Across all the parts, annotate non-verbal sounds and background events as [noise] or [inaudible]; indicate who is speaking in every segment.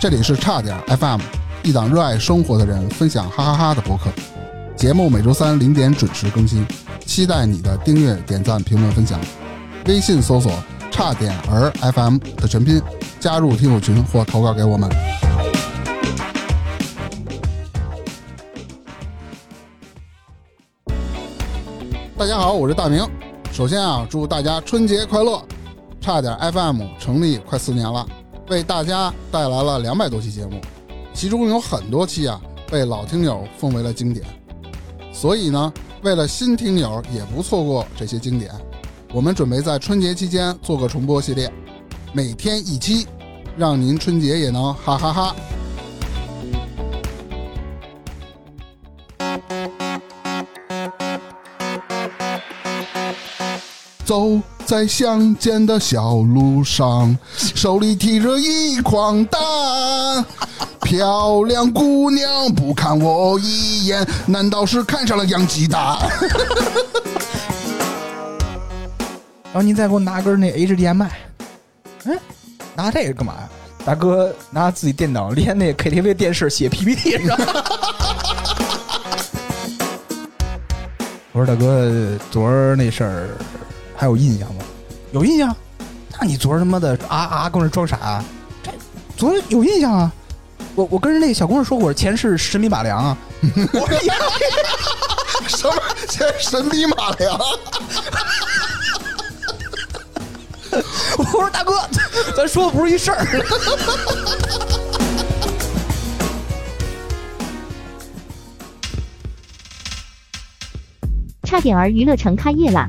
Speaker 1: 这里是差点 FM，一档热爱生活的人分享哈哈哈的博客。节目每周三零点准时更新，期待你的订阅、点赞、评论、分享。微信搜索“差点儿 FM” 的全拼，加入听友群或投稿给我们。大家好，我是大明。首先啊，祝大家春节快乐！差点 FM 成立快四年了，为大家带来了两百多期节目，其中有很多期啊被老听友奉为了经典。所以呢，为了新听友也不错过这些经典，我们准备在春节期间做个重播系列，每天一期，让您春节也能哈哈哈走在乡间的小路上，手里提着一筐蛋。漂亮姑娘不看我一眼，难道是看上了洋鸡蛋？
Speaker 2: 然后您再给我拿根那 HDMI，嗯，拿这个干嘛呀？大哥拿自己电脑连那 KTV 电视写 PPT 上。 [laughs] 我说大哥，昨儿那事儿还有印象吗？有印象。那你昨儿他妈的啊啊跟我这装傻？这昨儿有印象啊。我我跟人那小姑娘说，我前世十米马良啊。 [laughs] 我说呀，
Speaker 1: 什么？这神笔马良？
Speaker 2: 我说大哥，咱咱说的不是一事儿。
Speaker 3: 差点儿娱乐城开业啦！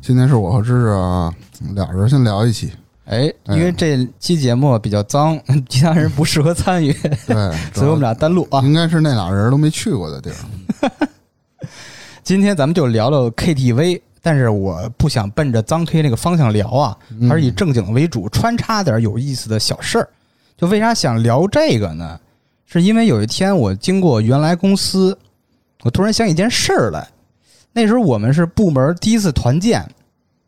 Speaker 1: 今天是我和芝芝啊，俩人先聊一期。
Speaker 4: 哎，
Speaker 1: 哎
Speaker 4: 因为这期节目比较脏， [laughs] 其他人不适合参与， [laughs]
Speaker 1: 对，
Speaker 4: 所以我们俩单录啊。
Speaker 1: 应该是那俩人都没去过的地儿。
Speaker 4: 今天咱们就聊聊 KTV，但是我不想奔着脏 K 那个方向聊啊，还是以正经为主，穿插点有意思的小事儿。就为啥想聊这个呢？是因为有一天我经过原来公司，我突然想起一件事儿来。那时候我们是部门第一次团建，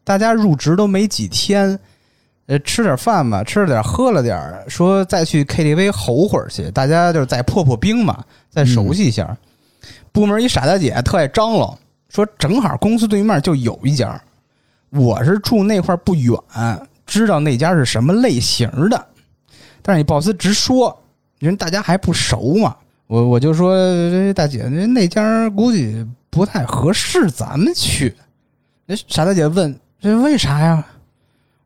Speaker 4: 大家入职都没几天，呃，吃点饭吧，吃了点儿，喝了点儿，说再去 KTV 吼会儿去，大家就是再破破冰嘛，再熟悉一下。部门一傻大姐特爱张罗，说正好公司对面就有一家，我是住那块儿不远，知道那家是什么类型的，但是你 boss 直说，因为大家还不熟嘛，我我就说这大姐，那那家估计不太合适，咱们去。那傻大姐问这为啥呀？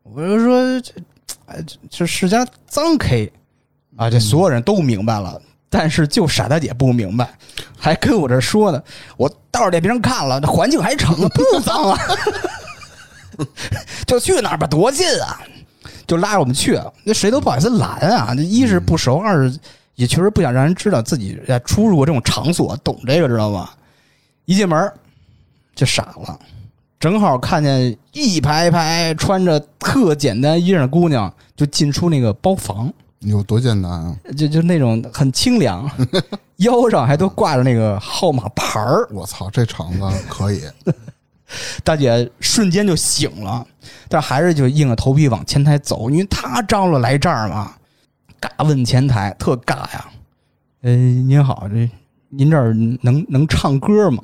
Speaker 4: 我就说这，哎，这这是家脏 K 啊，这所有人都明白了。但是就傻大姐不明白，还跟我这说呢。我倒是这别人看了，这环境还成啊，不脏啊， [laughs] 就去那儿吧，多近啊！就拉着我们去，啊那谁都不好意思拦啊。这一是不熟，二是也确实不想让人知道自己哎出入过这种场所，懂这个知道吗？一进门儿就傻了，正好看见一排排穿着特简单衣裳的姑娘就进出那个包房。
Speaker 1: 有多简单啊！
Speaker 4: 就就那种很清凉，腰上还都挂着那个号码牌儿。
Speaker 1: 我操，这场子可以。
Speaker 4: 大姐瞬间就醒了，但还是就硬着头皮往前台走，因为她张罗来这儿嘛，尬问前台，特尬呀。呃，您好，这您这儿能能唱歌吗？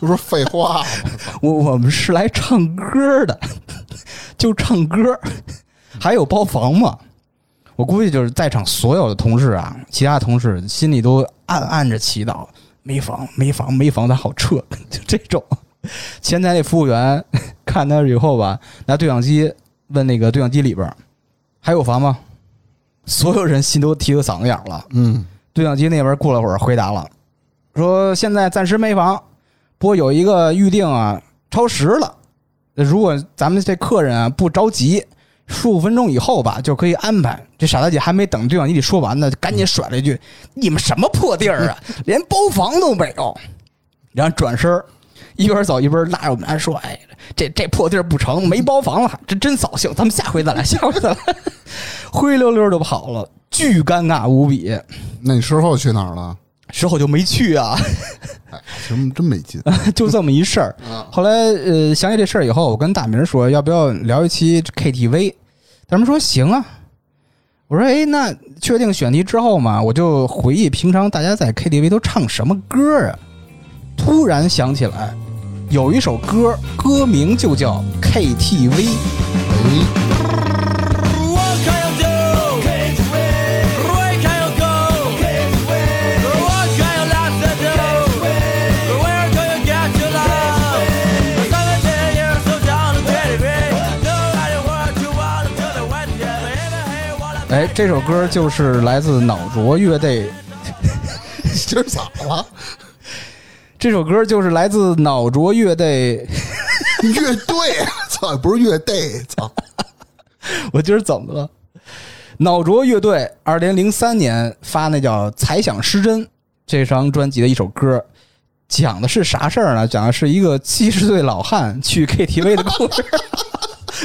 Speaker 1: 不是废话吗？
Speaker 4: 我我们是来唱歌的， [laughs] 就唱歌，还有包房嘛。我估计就是在场所有的同事啊，其他同事心里都暗暗着祈祷，没房没房没房，咱好撤， [laughs] 就这种。前台那服务员 [laughs] 看他以后吧，拿对讲机问那个对讲机里边儿还有房吗？所有人心都提到嗓子眼儿了。
Speaker 1: 嗯，
Speaker 4: 对讲机那边过了会儿回答了，说现在暂时没房，不过有一个预定啊超时了。如果咱们这客人啊不着急，十五分钟以后吧，就可以安排。这傻大姐还没等对讲机里说完呢，就赶紧甩了一句：“你们什么破地儿啊，连包房都没有。”然后转身儿一边走一边拉着我们俩说：“哎，这这破地儿不成，没包房了，这真扫兴。咱们下回再来，下回再来。”灰溜溜就跑了，巨尴尬无比。
Speaker 1: 那你事后去哪儿了？哎
Speaker 4: 之后就没去啊，
Speaker 1: 真真没
Speaker 4: [laughs]
Speaker 1: 劲。
Speaker 4: 就这么一事儿。后来呃，想起这事儿以后，我跟大明说，要不要聊一期 KTV？大明说行啊。我说哎，那确定选题之后嘛，我就回忆平常大家在 KTV 都唱什么歌啊？突然想起来，有一首歌，歌名就叫 KTV。
Speaker 1: 哎，
Speaker 5: What can you do? Where can you go? What kind of life to do? Where do you get your love? Seventeen years old on the television. Nobody what you want to the one day. Ever hear what I
Speaker 4: 哎，这首歌就是来自脑浊乐队
Speaker 1: 今儿咋了？
Speaker 4: 这首歌就是来自脑浊乐队，
Speaker 1: 乐队，操，不是乐队，
Speaker 4: [laughs]
Speaker 1: 操，
Speaker 4: 我今儿怎么了？脑浊乐队二零零三年发那叫《才想失真》这张专辑的一首歌，讲的是啥事儿呢？讲的是一个七十岁老汉去 KTV 的故事。 [laughs]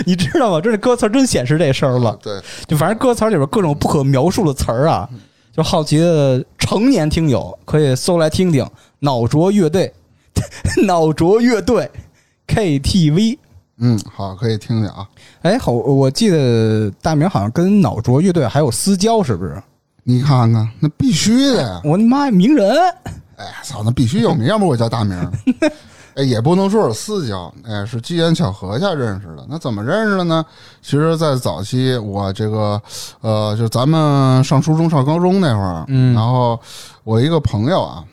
Speaker 4: 你知道吗？这歌词儿真显示这事儿了。
Speaker 1: 对，
Speaker 4: 就反正歌词儿里边各种不可描述的词儿啊，就好奇的成年听友可以搜来听听。脑浊乐队， [laughs] 脑浊乐队 KTV。
Speaker 1: 嗯，好，可以听听啊。
Speaker 4: 哎，好，我记得大明好像跟脑浊乐队还有私交，是不是？
Speaker 1: 你看看，那必须的呀！
Speaker 4: 我的妈呀，名人！
Speaker 1: 哎，操，那必须有名，要不我叫大名。哎，也不能说是私交，哎，是机缘巧合下认识的。那怎么认识的呢？其实，在早期，我这个，呃，就咱们上初中、上高中那会儿，嗯，然后我一个朋友啊，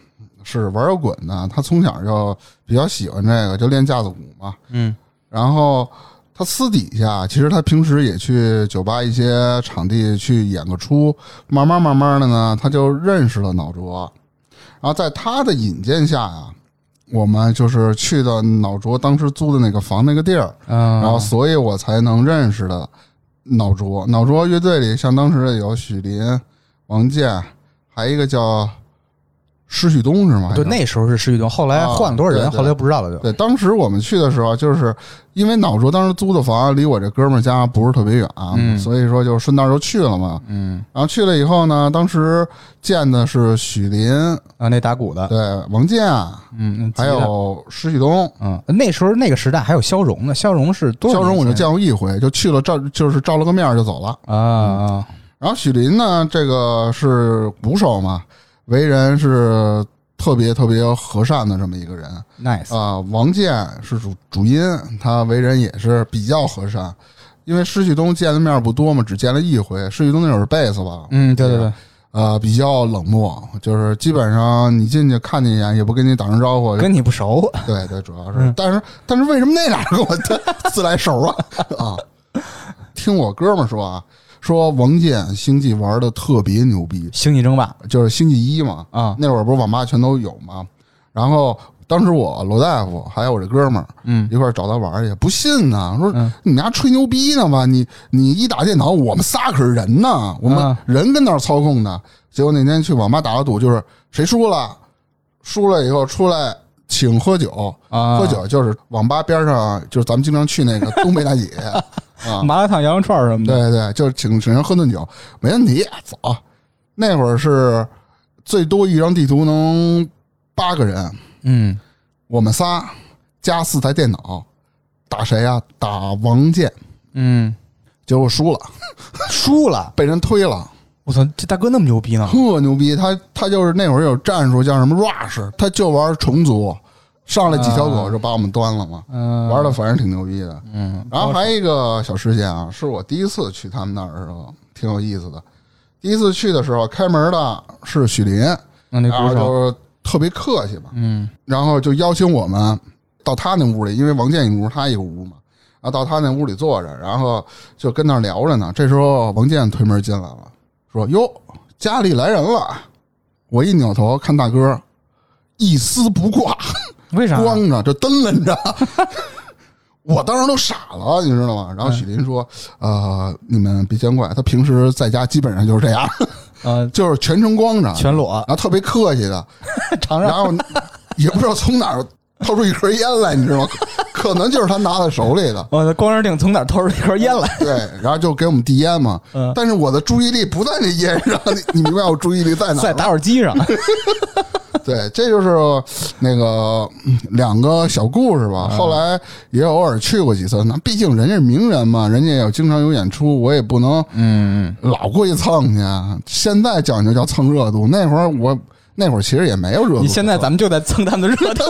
Speaker 1: 是玩摇滚的，他从小就比较喜欢这个，就练架子鼓嘛，
Speaker 4: 嗯，
Speaker 1: 然后他私底下，其实他平时也去酒吧一些场地去演个出，慢慢慢慢的呢，他就认识了脑浊，然后在他的引荐下啊，我们就是去的脑浊当时租的那个房那个地儿，
Speaker 4: 嗯
Speaker 1: 然后所以我才能认识的脑浊。脑浊乐队里，像当时有许林、王健，还一个叫施旭东是吗？
Speaker 4: 对，那时候是施玉东，后来换了多少
Speaker 1: 哦
Speaker 4: 人，
Speaker 1: 啊对对
Speaker 4: 后来不知道了就。
Speaker 1: 对，当时我们去的时候，就是因为脑浊当时租的房离我这哥们儿家不是特别远，所以说就顺道就去了嘛。
Speaker 4: 嗯，
Speaker 1: 然后去了以后呢，当时见的是许林、
Speaker 4: 啊，那打鼓的，
Speaker 1: 对王健，啊
Speaker 4: 嗯，
Speaker 1: 还
Speaker 4: 吉他，
Speaker 1: 有施旭东。
Speaker 4: 嗯，那时候那个时代还有肖荣呢，肖荣是多少
Speaker 1: 肖
Speaker 4: 年前？
Speaker 1: 荣我就见过一回，就去了照就是照了个面儿就走了。
Speaker 4: 啊啊，
Speaker 1: 然后许林呢，这个是鼓手嘛，为人是特别特别和善的这么一个人。
Speaker 4: ，nice，
Speaker 1: 啊、王健是主主音，他为人也是比较和善，因为施旭东见的面不多嘛，只见了一回。施旭东那会儿是贝斯吧，
Speaker 4: 嗯，对对对，
Speaker 1: 呃，比较冷漠，就是基本上你进去看你一眼，也不跟你打声招呼。
Speaker 4: 跟你不熟，
Speaker 1: 对对，主要
Speaker 4: 嗯
Speaker 1: 是，但是但是为什么那俩人跟我
Speaker 4: [laughs]
Speaker 1: 自自来熟啊？啊，听我哥们儿说啊，说王健星际玩的特别牛逼，
Speaker 4: 星际争霸
Speaker 1: 就是星期一嘛，
Speaker 4: 啊，
Speaker 1: 那会儿不是网吧全都有嘛，然后当时我罗大夫还有我这哥们儿，
Speaker 4: 嗯，
Speaker 1: 一块儿找他玩儿去，不信呢，说
Speaker 4: 嗯
Speaker 1: 你们家吹牛逼呢吧？你你一打电脑，我们仨可是人呢，我们
Speaker 4: 啊
Speaker 1: 人跟那儿操控呢。结果那天去网吧打了赌，就是谁输了，输了以后出来请喝酒，
Speaker 4: 啊，
Speaker 1: 喝酒就是网吧边上，就是咱们经常去那个 [laughs] 东北大姐，
Speaker 4: 麻辣烫、羊肉串儿什么的，
Speaker 1: 啊对对，就是请请人喝顿酒，没问题，走。那会儿是最多一张地图能八个人，
Speaker 4: 嗯，
Speaker 1: 我们仨加四台电脑，打谁呀、打王健，
Speaker 4: 嗯，
Speaker 1: 结果输了，
Speaker 4: 输了，
Speaker 1: 被人推了，
Speaker 4: 我操，这大哥那么牛逼呢？
Speaker 1: 特牛逼。他他就是那会儿有战术叫什么 rush，他就玩虫族，上来几条狗就把我们端了嘛。
Speaker 4: 啊嗯，
Speaker 1: 玩的反正挺牛逼的，
Speaker 4: 嗯，
Speaker 1: 然后还有一个小事件啊，是我第一次去他们那儿的时候，挺有意思的。第一次去的时候，开门的是许林，
Speaker 4: 那那
Speaker 1: 然后
Speaker 4: 鼓手，
Speaker 1: 就是特别客气嘛，
Speaker 4: 嗯
Speaker 1: 然后就邀请我们到他那屋里，因为王健一屋，他一个屋嘛，然后到他那屋里坐着，然后就跟那儿聊着呢。这时候王健推门进来了，说：“哟，家里来人了。”我一扭头看大哥，
Speaker 4: [laughs]
Speaker 1: 一丝不挂，
Speaker 4: 啊为啥？
Speaker 1: 光着就蹬楞着。 [laughs] 我当时都傻了，你知道
Speaker 4: 啊
Speaker 1: 吗？然后许林说：“呃，你们别见怪，他平时在家基本上就是这样， [laughs]
Speaker 4: 呃，
Speaker 1: 就是全程光着，
Speaker 4: 全裸啊
Speaker 1: 然后特别客气的，
Speaker 4: [laughs] 尝
Speaker 1: 然
Speaker 4: 尝，
Speaker 1: 后也不知道从哪儿掏出一盒烟来，你知道吗？可能就是他拿在手里的，
Speaker 4: 我的光着腚从哪儿偷出一盒烟来？
Speaker 1: 对，然后就给我们递烟嘛。
Speaker 4: 嗯
Speaker 1: 但是我的注意力不在那烟上，你你明白我注意力在哪
Speaker 4: 在
Speaker 1: 儿吗？
Speaker 4: 打火机上，
Speaker 1: 对，这就是那个嗯两个小故事
Speaker 4: 嗯
Speaker 1: 吧。后来也偶尔去过几次，那毕竟人家是名人嘛，人家也有经常有演出，我也不能
Speaker 4: 嗯，
Speaker 1: 老过去蹭去。现在讲究叫蹭热度，那会儿我那会儿其实也没有热度。
Speaker 4: [laughs] 你现在咱们就在蹭他们的热度，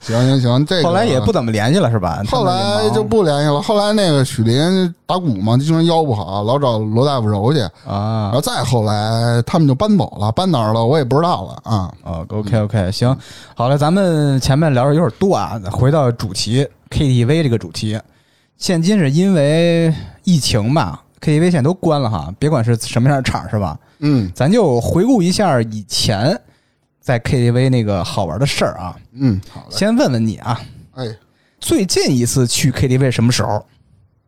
Speaker 1: 行行行，这个
Speaker 4: [laughs] 后来也不怎么联系了
Speaker 1: [laughs]
Speaker 4: 是吧？
Speaker 1: 后来就不联系了。后来那个许林打鼓嘛，就经常腰不好，老找罗大夫揉去。然
Speaker 4: 啊
Speaker 1: 后再后来他们就搬走了，搬哪儿了我也不知道了啊。
Speaker 4: 哦，OK OK，行，好了，咱们前面聊的有点多啊，回到主题 KTV 这个主题，现今是因为疫情吧，KTV 现在都关了哈，别管是什么样的场是吧？
Speaker 1: 嗯
Speaker 4: 咱就回顾一下以前在 KTV 那个好玩的事儿啊。
Speaker 1: 嗯，好嘞，
Speaker 4: 先问问你啊，
Speaker 1: 哎，
Speaker 4: 最近一次去 KTV 什么时候？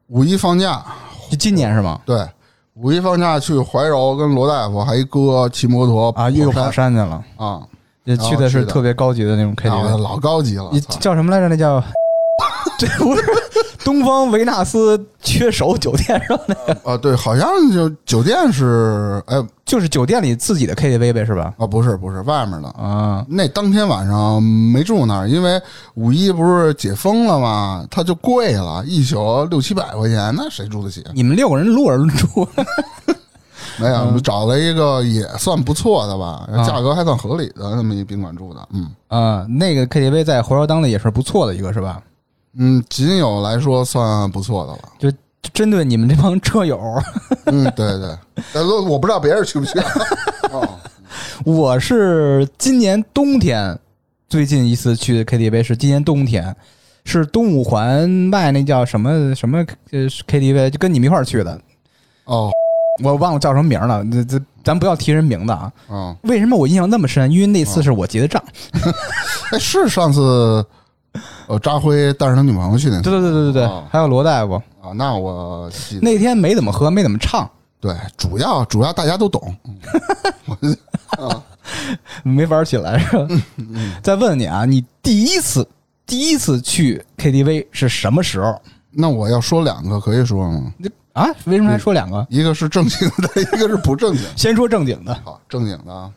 Speaker 1: 五一放假，
Speaker 4: 就今年是吗？
Speaker 1: 对，五一放假去怀柔跟罗大夫还一哥骑摩托
Speaker 4: 啊，又
Speaker 1: 山
Speaker 4: 跑山去了，
Speaker 1: 啊，
Speaker 4: 也去
Speaker 1: 然
Speaker 4: 的哦是
Speaker 1: 后去的
Speaker 4: 特别高级的那种
Speaker 1: 老
Speaker 4: KTV，
Speaker 1: 老高级了
Speaker 4: 你，
Speaker 1: 操
Speaker 4: 叫什么来着？那 [laughs] 叫对，不是东方维纳斯缺手酒店是吧？
Speaker 1: 啊，对，好像就酒店是哎
Speaker 4: 就是酒店里自己的 KTV 呗，是吧？
Speaker 1: 啊，不是不是外面的。
Speaker 4: 啊，
Speaker 1: 那当天晚上没住那儿，因为五一不是解封了嘛，它就贵了，一宿六七百块钱，那谁住得起？
Speaker 4: 你们六个人撸着住，
Speaker 1: 没有，我们找了一个也算不错的吧，
Speaker 4: 嗯啊
Speaker 1: 价格还算合理的那么一宾馆住的，嗯
Speaker 4: [laughs] 啊，那个 KTV 在怀柔当的也是不错的一个，是吧？
Speaker 1: 嗯，仅有来说算不错的了。
Speaker 4: 就针对你们这帮车友，
Speaker 1: 嗯，对对，但是我不知道别人去不去。哦，
Speaker 4: 我是今年冬天最近一次去 KTV 是今年冬天，是东五环外那叫什么什么呃 KTV，就跟你们一块儿去的，
Speaker 1: 哦，
Speaker 4: 我忘了叫什么名儿了，这这咱不要提人名字啊。
Speaker 1: 嗯，
Speaker 4: 为什么我印象那么深？因为那次是我结的账。
Speaker 1: 哎，是上次呃，扎辉带着他女朋友去那次
Speaker 4: 对对对对对对
Speaker 1: 哦，嗯
Speaker 4: 还有罗大夫
Speaker 1: 啊，那我记得
Speaker 4: 那天没怎么喝，没怎么唱，
Speaker 1: 对，主要主要大家都懂，
Speaker 4: 没玩起来是吧？
Speaker 1: 嗯
Speaker 4: [laughs] 再问你啊，你第一次第一次去 KTV 是什么时候
Speaker 1: 那我要说两个可以说吗？
Speaker 4: 啊？为什么还说两个？
Speaker 1: 一个是正经的， [laughs] 一个是不正经。
Speaker 4: 先说正经的，
Speaker 1: 好，正经的啊。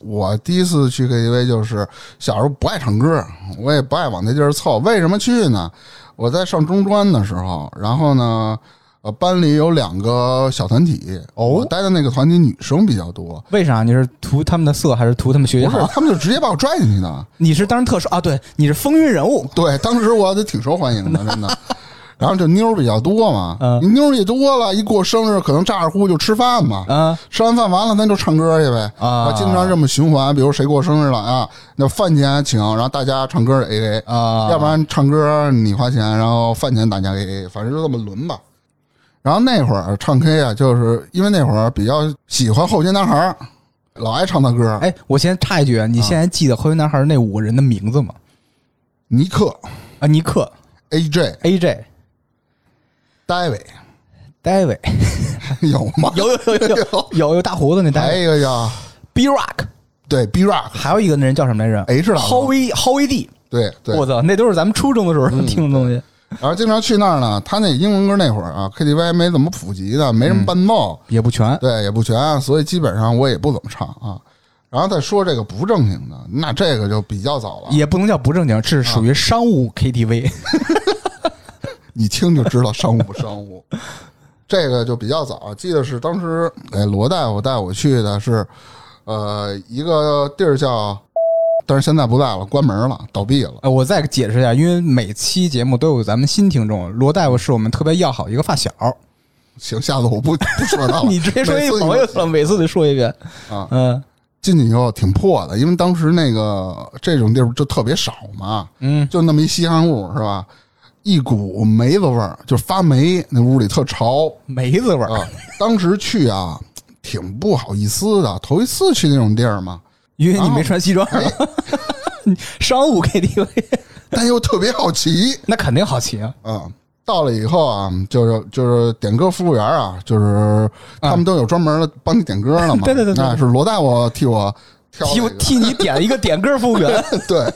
Speaker 1: 我第一次去 KTV 就是小时候不爱唱歌，我也不爱往那地儿凑。为什么去呢？我在上中专的时候，然后呢，呃，班里有两个小团体，
Speaker 4: 哦
Speaker 1: 我待的那个团体女生比较多，
Speaker 4: 为啥？你是图他们的色，还是图他们学习
Speaker 1: 不是
Speaker 4: 好？
Speaker 1: 他们就直接把我拽进去的。
Speaker 4: [laughs] 你是当时特殊啊？对，你是风云人物，
Speaker 1: 对，当时我还挺受欢迎的，真的。然后就妞儿比较多嘛，
Speaker 4: 嗯
Speaker 1: 你妞儿一多了，一过生日可能咋咋呼呼就吃饭嘛，
Speaker 4: 啊
Speaker 1: 吃完饭完了咱就唱歌去呗，
Speaker 4: 啊
Speaker 1: 经常这么循环。比如谁过生日了啊，那饭钱请，然后大家唱歌 A A，、
Speaker 4: 啊！
Speaker 1: 要不然唱歌你花钱，然后饭钱大家 A A，反正就这么轮吧。然后那会儿唱 K 啊，就是因为那会儿比较喜欢后街男孩儿，老爱唱他歌，
Speaker 4: 哎，我先插一句，
Speaker 1: 啊
Speaker 4: 你现在记得《灰男孩》那五个人的名字吗？
Speaker 1: 尼克、
Speaker 4: 啊，尼克、
Speaker 1: A J、
Speaker 4: AJ、
Speaker 1: 戴维
Speaker 4: David，
Speaker 1: [laughs] 有吗？
Speaker 4: 有有有有
Speaker 1: [laughs]
Speaker 4: 有 [laughs] 有有大胡子那
Speaker 1: 还
Speaker 4: David
Speaker 1: 有一个叫
Speaker 4: B Rock，
Speaker 1: 对 B Rock
Speaker 4: 还有一个那人叫什么来着
Speaker 1: H 老头
Speaker 4: Howie Howie D，
Speaker 1: 对对
Speaker 4: 我，操，那都是咱们初中的时候 [laughs] 听的东西，
Speaker 1: 然后经常去那儿呢。他那英文歌那会儿啊，KTV 还没怎么普及呢，
Speaker 4: 嗯
Speaker 1: 没什么伴奏，
Speaker 4: 也不全。
Speaker 1: 对也不全，所以基本上我也不怎么唱啊。然后再说这个不正经的，那这个就比较早了，
Speaker 4: 也不能叫不正经，是属于商务 KTV
Speaker 1: 你听就知道商务不商务。 [laughs] 这个就比较早，记得是当时哎罗大夫带我去的是，呃一个地儿叫，但是现在不在了，关门了，倒闭了。
Speaker 4: [laughs] 呃，我再解释一下，因为每期节目都有咱们新听众，罗大夫是我们特别要好一个发小。
Speaker 1: 行，下次我不不说他了，
Speaker 4: [laughs] 你直接说一
Speaker 1: 每次你
Speaker 4: 朋友了，哦 [laughs] 每次得说一遍
Speaker 1: 啊
Speaker 4: 嗯
Speaker 1: 进去以后挺破的，因为当时那个这种地儿就特别少嘛，
Speaker 4: 嗯，
Speaker 1: 就那么一稀罕物是吧？一股梅子味儿，就发霉，那屋里特潮
Speaker 4: 梅子味儿，
Speaker 1: 啊。当时去啊，挺不好意思的，头一
Speaker 4: 啊
Speaker 1: 次去那种地儿嘛。
Speaker 4: 哎 [laughs] 因为你没穿西装，商务 KTV
Speaker 1: 但又特别好奇
Speaker 4: 那肯定好奇啊。
Speaker 1: 啊。到了以后啊，就是就是点歌服务员啊，就是他们都有专门的帮你点歌的嘛。
Speaker 4: [laughs] 对对对对
Speaker 1: 啊，是罗大夫替我挑了一
Speaker 4: 替
Speaker 1: 个，
Speaker 4: 替你点一个点歌服务 [laughs] 员，
Speaker 1: [laughs] 对。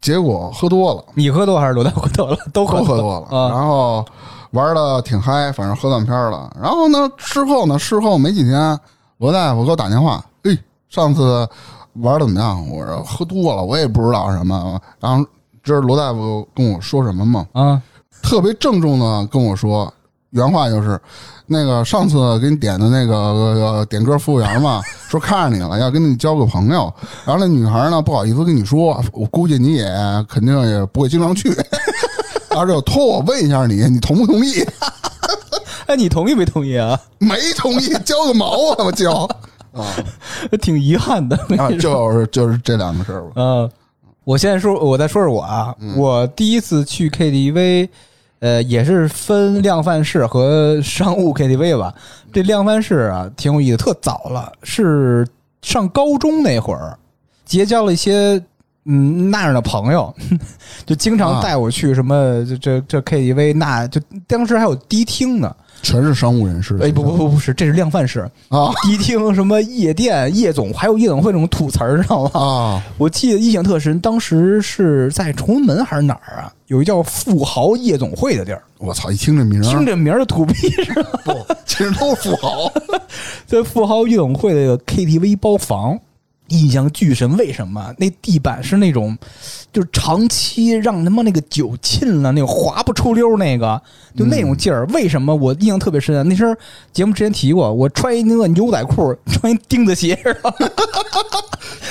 Speaker 1: 结果喝多了，
Speaker 4: 你喝多还是罗大喝多了？都喝
Speaker 1: 都喝
Speaker 4: 多
Speaker 1: 多了，
Speaker 4: 啊！
Speaker 1: 然后玩的挺嗨，反正喝断片了。然后呢，事后呢，事后没几天，罗大夫给我打电话，哎，上次玩的怎么样？我说喝多了，我也不知道什么。然后知道罗大夫跟我说什么吗？
Speaker 4: 啊，
Speaker 1: 特别郑重的跟我说，原话就是，那个上次给你点的那个、呃点歌服务员嘛，说看上你了，要跟你交个朋友。然后那女孩呢，不好意思跟你说，我估计你也肯定也不会经常去，然后就托我问一下你，你同不同意？
Speaker 4: 哎，你同意没同意啊？ [laughs]
Speaker 1: 没同意，交个毛啊！我交啊，
Speaker 4: 挺遗憾 [laughs] 的。
Speaker 1: 然后就是就是这两个事儿吧。
Speaker 4: 嗯，我现在说，我再说说我啊，
Speaker 1: 嗯
Speaker 4: 我第一次去 KTV，呃，也是分量贩式和商务 KTV 吧。
Speaker 1: 嗯
Speaker 4: 这量贩式啊，挺有意思，特早了，是上高中那会儿，结交了一些。嗯，那样的朋友 [laughs] 就经常
Speaker 1: 啊
Speaker 4: 带我去什么这这这 KTV，那就当时还有迪厅呢。
Speaker 1: 全是商务人士。
Speaker 4: 哎，不不不不是，这是量贩式
Speaker 1: 啊
Speaker 4: 迪厅什么夜店、夜总，还有夜总会那种土词儿，知道吗？ [laughs]
Speaker 1: 啊
Speaker 4: 我记得印象特深，当时是在崇文门还是哪儿啊？有一叫富豪夜总会的地儿，
Speaker 1: 我操！一听这名
Speaker 4: 听
Speaker 1: 儿，
Speaker 4: 这名儿就土逼是吧？
Speaker 1: 不，其实都是富豪。
Speaker 4: 在富豪夜总会的 KTV 包房，印象巨深。为什么？那地板是那种，就是长期让他妈那个酒浸了，那个滑不出溜儿那个，就那种劲儿。为什么我印象特别深啊？那时候节目之前提过，我穿一那个牛仔裤，穿一钉子鞋，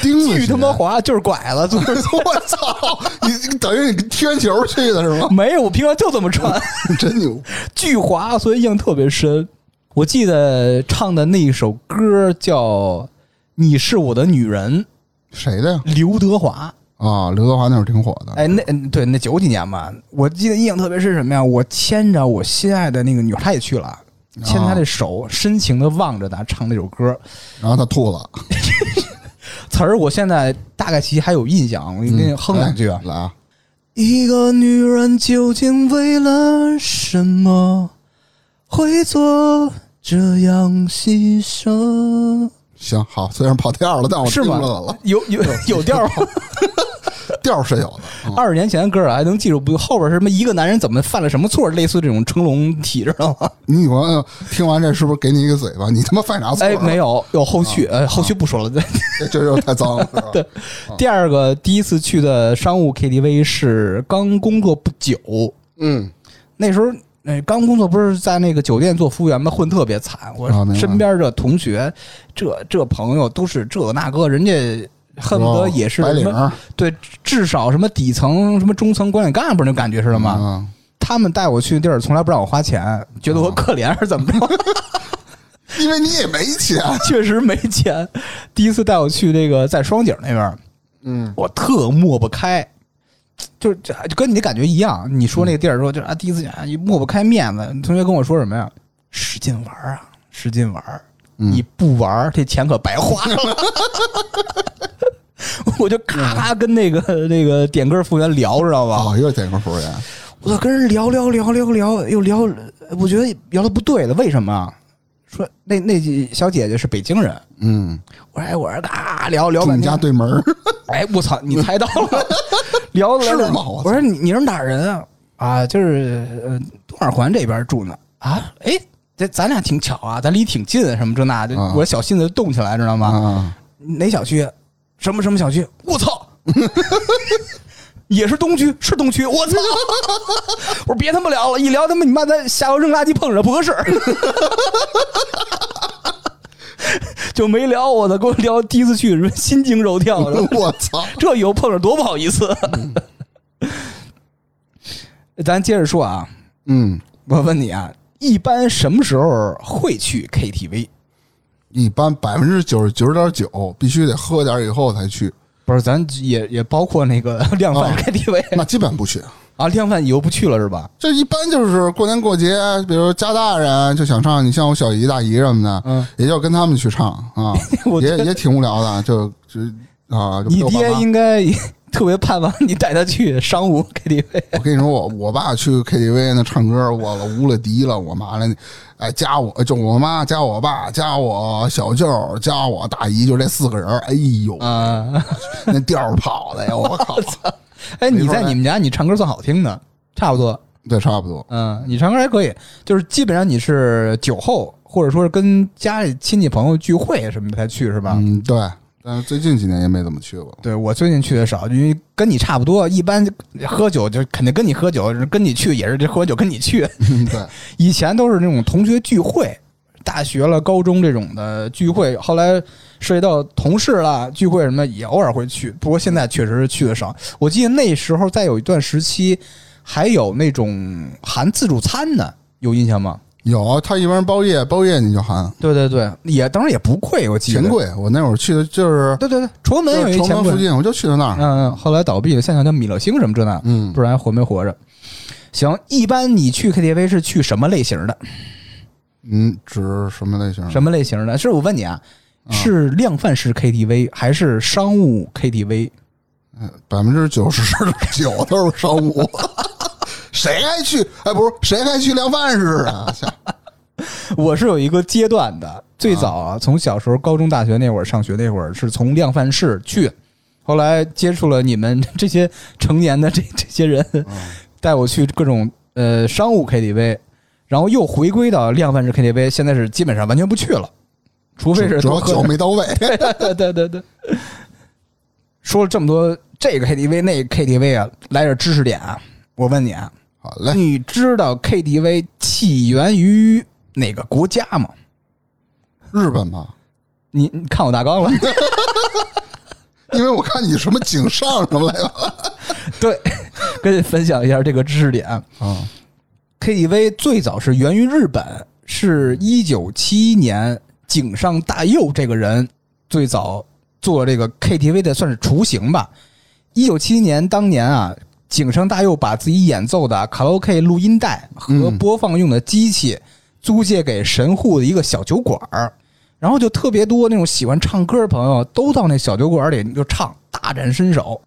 Speaker 1: 钉子
Speaker 4: 巨他妈
Speaker 1: 鞋
Speaker 4: 滑，就是拐了，就是
Speaker 1: 我操！你你等于你踢完球去的是吗？
Speaker 4: [laughs] 没有，我平常就这么 [laughs] 穿。
Speaker 1: 真牛！
Speaker 4: 巨滑，所以印象特别深。我记得唱的那一首歌叫《你是我的女人
Speaker 1: 谁的呀》，？
Speaker 4: 刘德华。
Speaker 1: 啊，刘德华那会儿挺火的。
Speaker 4: 哎，那嗯对，那九几年吧，我记得印象特别深什么呀？我牵着我心爱的那个女孩，她也去了，牵她的手，深情的望着她唱那首歌。
Speaker 1: 然后他吐了，
Speaker 4: 词儿我现在大概其实还有印象，我给你
Speaker 1: 嗯
Speaker 4: 哼两句啊。
Speaker 1: 来来啊！
Speaker 4: 一个女人究竟为了什么会做这样牺牲？
Speaker 1: 行好，虽然跑调了，但我
Speaker 4: 是
Speaker 1: 听
Speaker 4: 吗
Speaker 1: 着了，？
Speaker 4: 有有有调儿吗？
Speaker 1: 调是有的。嗯
Speaker 4: [laughs] 二十年前的歌啊，还能记住不？后边是什么一个男人怎么犯了什么错，类似这种成龙体，知 [laughs] 道吗？
Speaker 1: 你女朋友听完这是不是给你一个嘴巴？你他妈犯啥错
Speaker 4: 哎
Speaker 1: 了？，
Speaker 4: 没有，有后续，呃，后续不说了。对，
Speaker 1: 这，这又太脏了。是吧
Speaker 4: 对第二个第一次去的商务 KTV 是刚工作不久，
Speaker 1: 嗯，
Speaker 4: 那时候那刚工作不是在那个酒店做服务员吗？混特别惨，我
Speaker 1: 啊明白
Speaker 4: 身边这同学、这这朋友都是这那个，人家恨不得也是
Speaker 1: 白
Speaker 4: 什
Speaker 1: 领
Speaker 4: 么
Speaker 1: 儿
Speaker 4: 对，至少什么底层、什么中层管理干部那种感觉似的嘛。
Speaker 1: 嗯
Speaker 4: 他们带我去的地儿从来不让我花钱，觉得
Speaker 1: 哦
Speaker 4: 我可怜还是怎么着？
Speaker 1: 因为你也没钱。
Speaker 4: [laughs] 确实没钱。第一次带我去这个在双井那边儿，
Speaker 1: 嗯
Speaker 4: 我特抹不开，就是这就跟你的感觉一样。你说那个地儿说就啊，第一次啊抹不开面子。你同学跟我说什么呀？使劲玩儿啊，使劲玩儿，
Speaker 1: 嗯
Speaker 4: 你不玩儿这钱可白花了。 [laughs] 我就咔跟那个那个点歌服务员聊，知道吧？
Speaker 1: 嗯哦，又是点歌服务员。
Speaker 4: 我就跟人聊聊聊聊聊，又聊，我觉得聊的不对了，为什么啊？说那那几小姐姐是北京人，
Speaker 1: 嗯，
Speaker 4: 我说哎，我说啊，聊聊
Speaker 1: 住
Speaker 4: 半
Speaker 1: 你家
Speaker 4: 天，
Speaker 1: 对门儿。
Speaker 4: 哎，我操，你猜到
Speaker 1: [laughs]
Speaker 4: 了，聊了聊
Speaker 1: 是吗我
Speaker 4: 我
Speaker 1: 操
Speaker 4: 说你你是哪儿人啊？啊，就是呃东二环这边住呢。啊，哎，这咱俩挺巧啊，咱离挺近，什么这那的，
Speaker 1: 啊
Speaker 4: 我小心子就动起来，知道吗？
Speaker 1: 啊，
Speaker 4: 哪小区？什么什么小区？我操！ [laughs] 也是东区，是东区。我操！ [laughs] 我说别他妈聊了，一聊他妈你妈咱下楼扔垃圾碰着不合适， [laughs] 就没聊。我操，跟我聊第一次去什么心惊肉跳的， [laughs]
Speaker 1: 我操！
Speaker 4: 这以后碰着多不好意思。 [laughs] 咱接着说啊，
Speaker 1: 嗯，
Speaker 4: 我问你啊，一般什么时候会去 KTV？
Speaker 1: 一般百分之九十九点九必须得喝点儿以后才去，
Speaker 4: 不是，咱也也包括那个 [laughs] 量贩
Speaker 1: 啊
Speaker 4: KTV
Speaker 1: 那基本不去。
Speaker 4: 嗯 [laughs] 啊，量贩以后不去了是吧？
Speaker 1: 这一般就是过年过节，比如家大人就想唱，你像我小姨大姨什么的，
Speaker 4: 嗯，
Speaker 1: 也就跟他们去唱啊
Speaker 4: [laughs] 我，觉
Speaker 1: 也
Speaker 4: 得
Speaker 1: 也挺无聊的，就就啊，就
Speaker 4: 你
Speaker 1: 陪我爸
Speaker 4: 爹
Speaker 1: 妈
Speaker 4: 应该 [laughs] 特别盼望你带他去商务 KTV。
Speaker 1: 我跟你说，我我爸去 KTV 那唱歌，我了无了敌了，我妈了，哎，加我就我妈加我爸加我小舅加我大姨，就这四个人儿，哎呦，
Speaker 4: 啊，
Speaker 1: [laughs] 那调儿跑的呀，我靠，
Speaker 4: [laughs] 哎，
Speaker 1: 没
Speaker 4: 你
Speaker 1: 法
Speaker 4: 在
Speaker 1: 儿
Speaker 4: 你们家，你唱歌算好听的，差不多。
Speaker 1: 对，差不多，
Speaker 4: 嗯，你唱歌还可以，就是基本上你是酒后，或者说是跟家里亲戚朋友聚会什么的才去，是吧？
Speaker 1: 嗯，对，但是最近几年也没怎么去过，
Speaker 4: 对我最近去的少，因为跟你差不多，一般喝酒就肯定跟你喝酒，跟你去也是这喝酒跟你去。
Speaker 1: 嗯对，
Speaker 4: 以前都是那种同学聚会，大学了、高中这种的聚会，后来涉及到同事啦聚会什么的，也偶尔会去。不过现在确实是去的少。我记得那时候在有一段时期，还有那种含自助餐的，有印象吗？
Speaker 1: 有他一般包夜，包夜你就喊
Speaker 4: 对对对，也当然也不贵，我记得。
Speaker 1: 钱。柜，我那会儿去的就是
Speaker 4: 对对对，崇
Speaker 1: 就
Speaker 4: 文门有
Speaker 1: 是
Speaker 4: 一
Speaker 1: 城
Speaker 4: 钱
Speaker 1: 门
Speaker 4: 柜
Speaker 1: 附。近，我就去到那儿，
Speaker 4: 嗯嗯，后来倒闭了，现在叫米勒星什么这那，
Speaker 1: 嗯
Speaker 4: 不然活没活着。行，一般你去 KTV 是去什么类型的？
Speaker 1: 嗯，指什么类型？
Speaker 4: 什么类型的？是我问你啊，
Speaker 1: 嗯
Speaker 4: 是量贩式 KTV 还是商务 KTV？
Speaker 1: 百分之九十九都是商务， [laughs] 谁还去？哎，不是，谁还去量贩式
Speaker 4: [laughs]
Speaker 1: 啊？
Speaker 4: 我是有一个阶段的，最早
Speaker 1: 嗯
Speaker 4: 啊，从小时候高中、大学那会儿上学那会儿是从量贩式去，后来接触了你们这些成年的这 [laughs] 这些人，
Speaker 1: 嗯
Speaker 4: 带我去各种呃商务 KTV，然后又回归到量贩式 KTV，现在是基本上完全不去了，除非是
Speaker 1: 主
Speaker 4: 多
Speaker 1: 要
Speaker 4: 喝
Speaker 1: 酒没到
Speaker 4: [laughs]
Speaker 1: 位。
Speaker 4: 对对对对。说了这么多这个 KTV 那个 KTV 啊，来点知识点啊！我问你啊，
Speaker 1: 好嘞，
Speaker 4: 你知道 KTV 起源于哪个国家吗？
Speaker 1: 日本吧，
Speaker 4: 你你看我大纲了？
Speaker 1: 因为我看你什么井上什么来着
Speaker 4: 对， [laughs] 跟你分享一下这个知识点啊。
Speaker 1: 啊，
Speaker 4: KTV 最早是源于日本，是一九七一年井上大佑这个人最早做这个 KTV 的算是雏形吧。一九七一年当年啊，井上大佑把自己演奏的卡拉 OK 录音带和
Speaker 1: 嗯
Speaker 4: 播放用的机器租借给神户的一个小酒馆儿，然后就特别多那种喜欢唱歌的朋友都到那小酒馆里就唱，大展身手。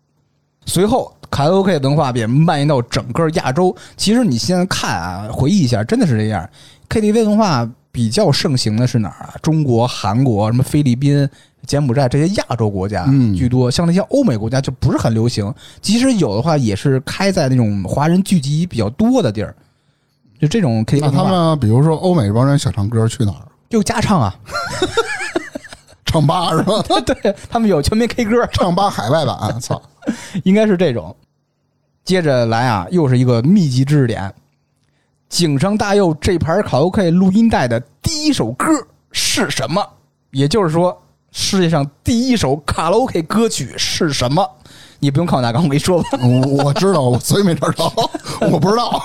Speaker 4: 随后，卡拉 OK 文化便蔓延到整个亚洲。其实你现在看啊，回忆一下，真的是这样。KTV 文化比较盛行的是哪儿啊？中国、韩国、什么菲律宾、柬埔寨这些亚洲国家
Speaker 1: 嗯
Speaker 4: 居多，像那些欧美国家就不是很流行。即使有的话，也是开在那种华人聚集比较多的地儿。就这种 KTV
Speaker 1: 那
Speaker 4: 文
Speaker 1: 他
Speaker 4: 化，
Speaker 1: 们比如说欧美这帮人想唱歌去哪儿？
Speaker 4: 就加唱啊， [laughs]
Speaker 1: 唱吧是吧？
Speaker 4: 对他们有全民 K 歌，
Speaker 1: 唱吧海外 [laughs] 版，操！
Speaker 4: 应该是这种。接着来啊，又是一个密集知识点。井上大佑这盘卡拉 OK 录音带的第一首歌是什么？也就是说，世界上第一首卡拉 OK 歌曲是什么？你不用看我大纲，我跟你说吧。 [laughs]
Speaker 1: 我我知道，我所以没找着，我不知道。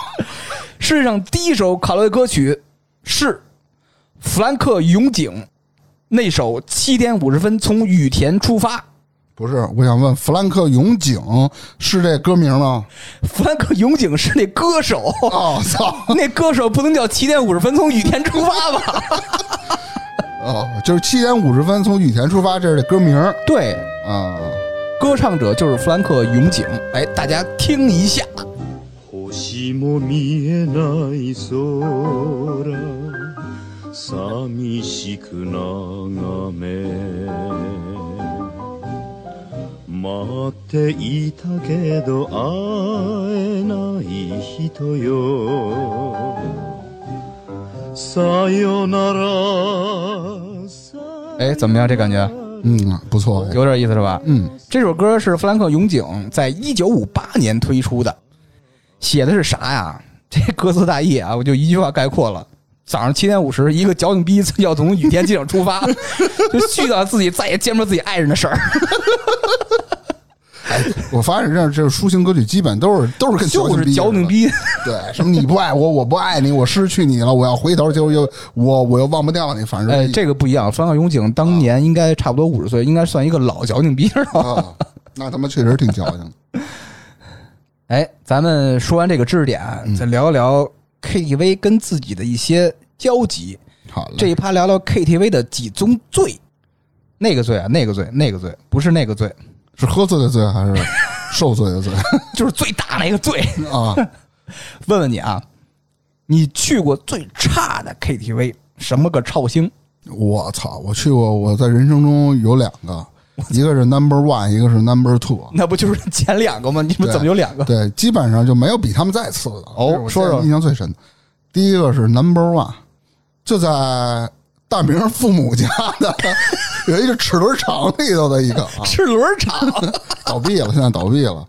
Speaker 4: 世界上第一首卡拉 OK 歌曲是弗兰克·永井那首《七点五十分从羽田出发》。
Speaker 1: 不是，我想问，弗兰克永井是这歌名吗？
Speaker 4: 弗兰克·永井是那歌手，
Speaker 1: [laughs] 哦，操！
Speaker 4: [laughs] 那歌手不能叫《七点五十分从羽田出发》吧？
Speaker 1: 哦，就是七点五十分从羽田出发，这是这歌名儿
Speaker 4: [laughs] 对，
Speaker 1: 啊。
Speaker 4: 歌唱者就是弗兰克·永井。哎，大家听一下，
Speaker 5: 星も見えない空寂しく眺め待っていたけど会えない人よさよならさ
Speaker 4: 哎，怎么样？这感觉
Speaker 1: 嗯，不错，哎
Speaker 4: 有点意思是吧？
Speaker 1: 嗯，
Speaker 4: 这首歌是弗兰克·永井在一九五八年推出的，写的是啥呀？这歌词大意啊，我就一句话概括了。早上七点五十，一个矫情逼要从羽田机场出发， [laughs] 就絮叨自己再也见不着自己爱人的事儿。
Speaker 1: 我发现这这抒情歌曲基本都是都是跟
Speaker 4: 就
Speaker 1: 情
Speaker 4: 是矫情逼，
Speaker 1: 对，什么你不爱我，我不爱你，我失去你了，我要回头就又我我又忘不掉你，反正
Speaker 4: 哎，这个不一样。翻克永井当年应该差不多五十岁，应该算一个老矫情逼了。
Speaker 1: 啊，那他妈确实挺矫情的。
Speaker 4: 哎，咱们说完这个知识点，再聊一聊 KTV 跟自己的一些交集。
Speaker 1: 好了，
Speaker 4: 这一趴聊聊 KTV 的几宗罪，那个罪啊，那个罪，那个罪，不是那个罪， [laughs]
Speaker 1: 是喝醉的醉还是受罪的罪
Speaker 4: 就是最大那个最。
Speaker 1: 啊，
Speaker 4: [laughs] 问问你啊，你去过最差的 KTV 什么个超星？
Speaker 1: 我操！我去过，我在人生中有两个，一个是 number one，一个是 number two。
Speaker 4: 那不就是前两个吗？你们
Speaker 1: 对
Speaker 4: 怎么有两
Speaker 1: [laughs]
Speaker 4: 个？
Speaker 1: 对，基本上就没有比他们再次的。
Speaker 4: 哦
Speaker 1: 这是我
Speaker 4: 说
Speaker 1: 现在
Speaker 4: 说
Speaker 1: 印象最深的，第一个是 Number One，就在大明父母家的 [laughs] 有一个齿轮厂里头的一个啊，
Speaker 4: 齿轮 [laughs] 厂，
Speaker 1: 倒闭了，现在倒闭了。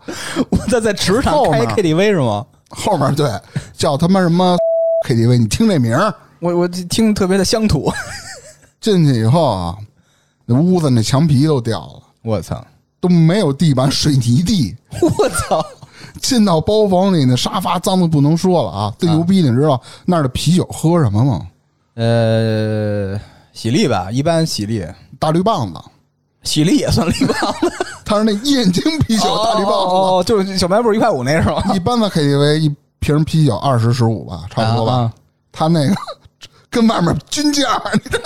Speaker 4: 我在在齿轮厂
Speaker 1: 后
Speaker 4: 开
Speaker 1: 面
Speaker 4: KTV 是吗？
Speaker 1: 后面对叫他妈什么 [laughs] KTV，你听这名儿
Speaker 4: 我我听特别的乡土。
Speaker 1: 进去以后啊，那屋子那墙皮都掉了，
Speaker 4: 我操！
Speaker 1: 都没有地板，水泥地。 [laughs]
Speaker 4: 我操！
Speaker 1: 进到包房里，那沙发脏的不能说了啊！最牛逼，你知道那儿的啤酒喝什么吗？
Speaker 4: 呃，喜力吧，一般喜力，
Speaker 1: 大绿棒子，
Speaker 4: 喜力也算力吧。 [laughs]
Speaker 1: 它是那燕京啤酒大绿
Speaker 4: 哦
Speaker 1: 棒
Speaker 4: 哦，哦就是小卖部一块五那是吗？ [laughs]
Speaker 1: 子。一般的 KTV 一瓶啤酒二十十五吧，差不多吧。
Speaker 4: 啊
Speaker 1: 他那个 [laughs] 跟外面均价， [laughs] 你知道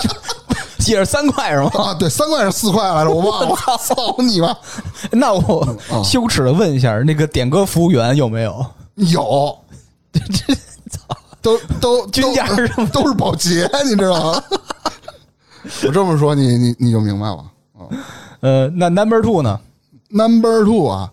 Speaker 4: 记着三块是吗？ [laughs]
Speaker 1: 吗？对，三块还是四块来着，我忘了。操你妈！
Speaker 4: 那我羞耻的问一下，那个点歌服务员有没有？
Speaker 1: 有，都都
Speaker 4: 均价是什么
Speaker 1: 都都是保洁，你知道吗？ [laughs] 我这么说你你你就明白了。
Speaker 4: 呃，那 Number Two 呢？
Speaker 1: Number Two 啊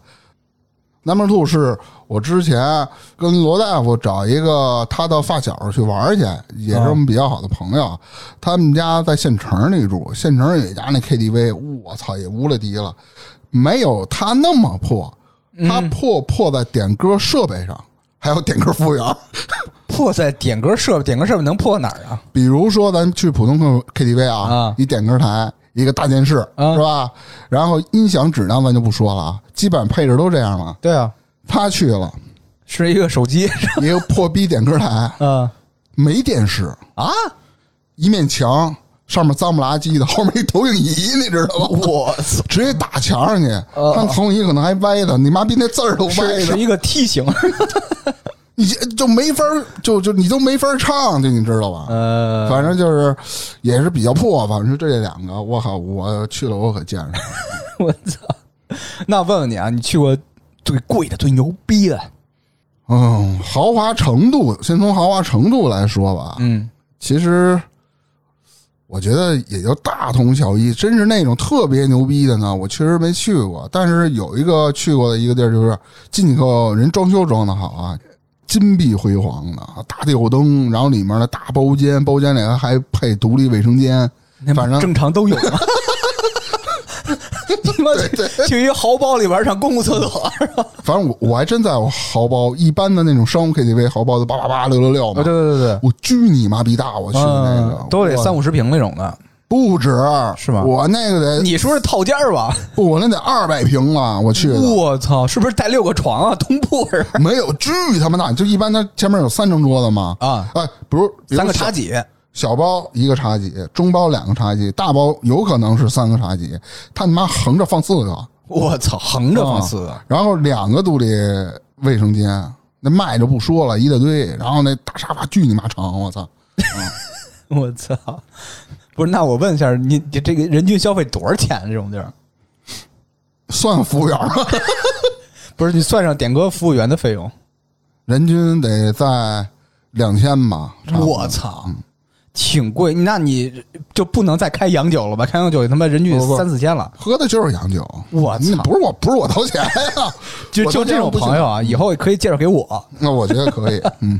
Speaker 1: ，Number Two 是我之前跟罗大夫找一个他的发小去玩儿去，也是我
Speaker 4: 啊
Speaker 1: 们比较好的朋友，他们家在县城里住，县城有一家那 KTV，我操也无了敌了，没有他那么破，他
Speaker 4: 嗯
Speaker 1: 破破在点歌设备上，还有点歌服务员。
Speaker 4: 破在点歌设备，点歌设备能破哪儿啊？
Speaker 1: 比如说，咱去普通 K KTV 啊，
Speaker 4: 啊
Speaker 1: 一点歌台，一个大电视，
Speaker 4: 啊
Speaker 1: 是吧？然后音响质量咱就不说了啊，基本配置都这样了。
Speaker 4: 对啊，
Speaker 1: 他去了，
Speaker 4: 是一个手机。 [laughs]
Speaker 1: [laughs] 一个破逼点歌台，
Speaker 4: 嗯
Speaker 1: 没电视，
Speaker 4: 啊，
Speaker 1: 一面墙上面脏不拉几的，后面一投影仪，你知道吗？
Speaker 4: 我操！
Speaker 1: 直接打墙上去，
Speaker 4: 哦
Speaker 1: 他们投影仪可能还歪的，你妈逼那字儿都
Speaker 4: 是
Speaker 1: 歪
Speaker 4: 是
Speaker 1: 的，
Speaker 4: 一个梯形，
Speaker 1: 你这就没法儿，就就你都没法儿唱去，你知道吧？
Speaker 4: 呃，
Speaker 1: 反正就是也是比较破，反正就这两个，我靠，我去了我可见识了。
Speaker 4: [laughs] 我操！那问问你啊，你去过最贵的、最牛逼的？
Speaker 1: 嗯，豪华程度，先从豪华程度来说吧，
Speaker 4: 嗯，
Speaker 1: 其实我觉得也就大同小异。真是那种特别牛逼的呢，我确实没去过。但是有一个去过的一个地儿，就是进去以后人装修装的好啊，金碧辉煌的大吊灯，然后里面的大包间，包间里还配独立卫生间，反正
Speaker 4: 正常都有 [laughs] 吗？你妈去去一豪包里玩上公共厕所，
Speaker 1: 反正我我还真在我豪包一般的那种商务 KTV 豪包都八八八六六六嘛。
Speaker 4: 啊哦对对，
Speaker 1: 我巨你妈逼大！我去那个、
Speaker 4: 嗯都得
Speaker 1: 我
Speaker 4: 三五十平那种的。
Speaker 1: 不止
Speaker 4: 是吗
Speaker 1: 我那个得
Speaker 4: 你说是套间儿吧？
Speaker 1: 不，我那得二百平了，我去的
Speaker 4: 我操，是不是带六个床啊？通铺是
Speaker 1: 没有巨他妈大，就一般它前面有三张桌子嘛，
Speaker 4: 啊，
Speaker 1: 哎，比如比如
Speaker 4: 三个
Speaker 1: 小
Speaker 4: 茶几，
Speaker 1: 小包一个茶几，中包两个茶几，大包有可能是三个茶几，他你妈横着放四个，啊
Speaker 4: 我操，横着放四个。
Speaker 1: 然后两个独立卫生间，那麦就不说了，一大堆，然后那大沙发巨你妈长，我操，
Speaker 4: 我操！不是，那我问一下，你你这个人均消费多少钱？啊这种地儿，
Speaker 1: 算服务员
Speaker 4: [laughs]
Speaker 1: 吗？
Speaker 4: 不是你算上点歌服务员的费用？
Speaker 1: 人均得在两千吧，差不多
Speaker 4: 我操，挺贵。那你就不能再开洋酒了吧？开洋酒他妈人均
Speaker 1: 不不
Speaker 4: 三四千了。
Speaker 1: 喝的就是洋酒，
Speaker 4: 我操
Speaker 1: 那不是我不是我掏钱呀、
Speaker 4: 就
Speaker 1: 我
Speaker 4: 就
Speaker 1: 都
Speaker 4: 这种
Speaker 1: 不行
Speaker 4: 朋友啊，以后也可以介绍给我。
Speaker 1: 那我觉得可
Speaker 4: [laughs]
Speaker 1: 以，嗯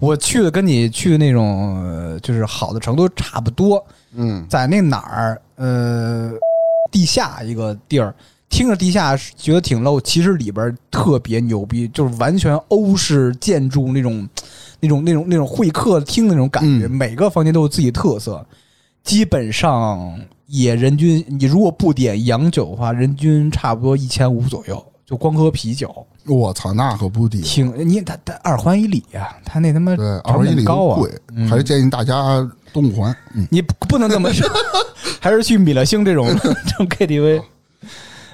Speaker 4: 我去的跟你去那种呃就是好的程度差不多，
Speaker 1: 嗯，
Speaker 4: 在那哪儿呃，地下一个地儿，听着地下是觉得挺 low，其实里边儿特别牛逼，就是完全欧式建筑那种那种那种那种会客厅那种感觉，
Speaker 1: 嗯
Speaker 4: 每个房间都有自己特色，基本上也人均你如果不点洋酒的话，人均差不多一千五左右，就光喝啤酒。
Speaker 1: 我操，那可不低，
Speaker 4: 挺你他他二环以里啊，他那他妈
Speaker 1: 对，
Speaker 4: 成
Speaker 1: 二十一
Speaker 4: 本
Speaker 1: 里
Speaker 4: 高
Speaker 1: 都
Speaker 4: 啊，
Speaker 1: 贵，还是建议大家东五环，嗯，
Speaker 4: 你不不能这么说， [laughs] 还是去米勒
Speaker 1: [laughs]
Speaker 4: 星这种这种 KTV。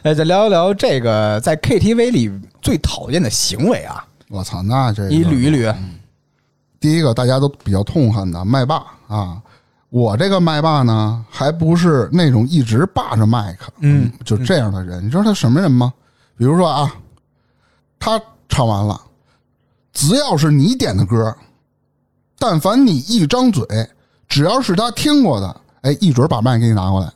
Speaker 4: 哎，再聊一聊这个在 KTV 里最讨厌的行为啊，
Speaker 1: 我操，那这个嗯
Speaker 4: 你捋一捋。
Speaker 1: 第一个大家都比较痛恨的麦霸啊。我这个麦霸呢，还不是那种一直霸着麦克，
Speaker 4: 嗯，
Speaker 1: 就这样的人。你知道他什么人吗？比如说啊，他唱完了，只要是你点的歌，但凡你一张嘴，只要是他听过的，哎，一准儿把麦给你拿过来，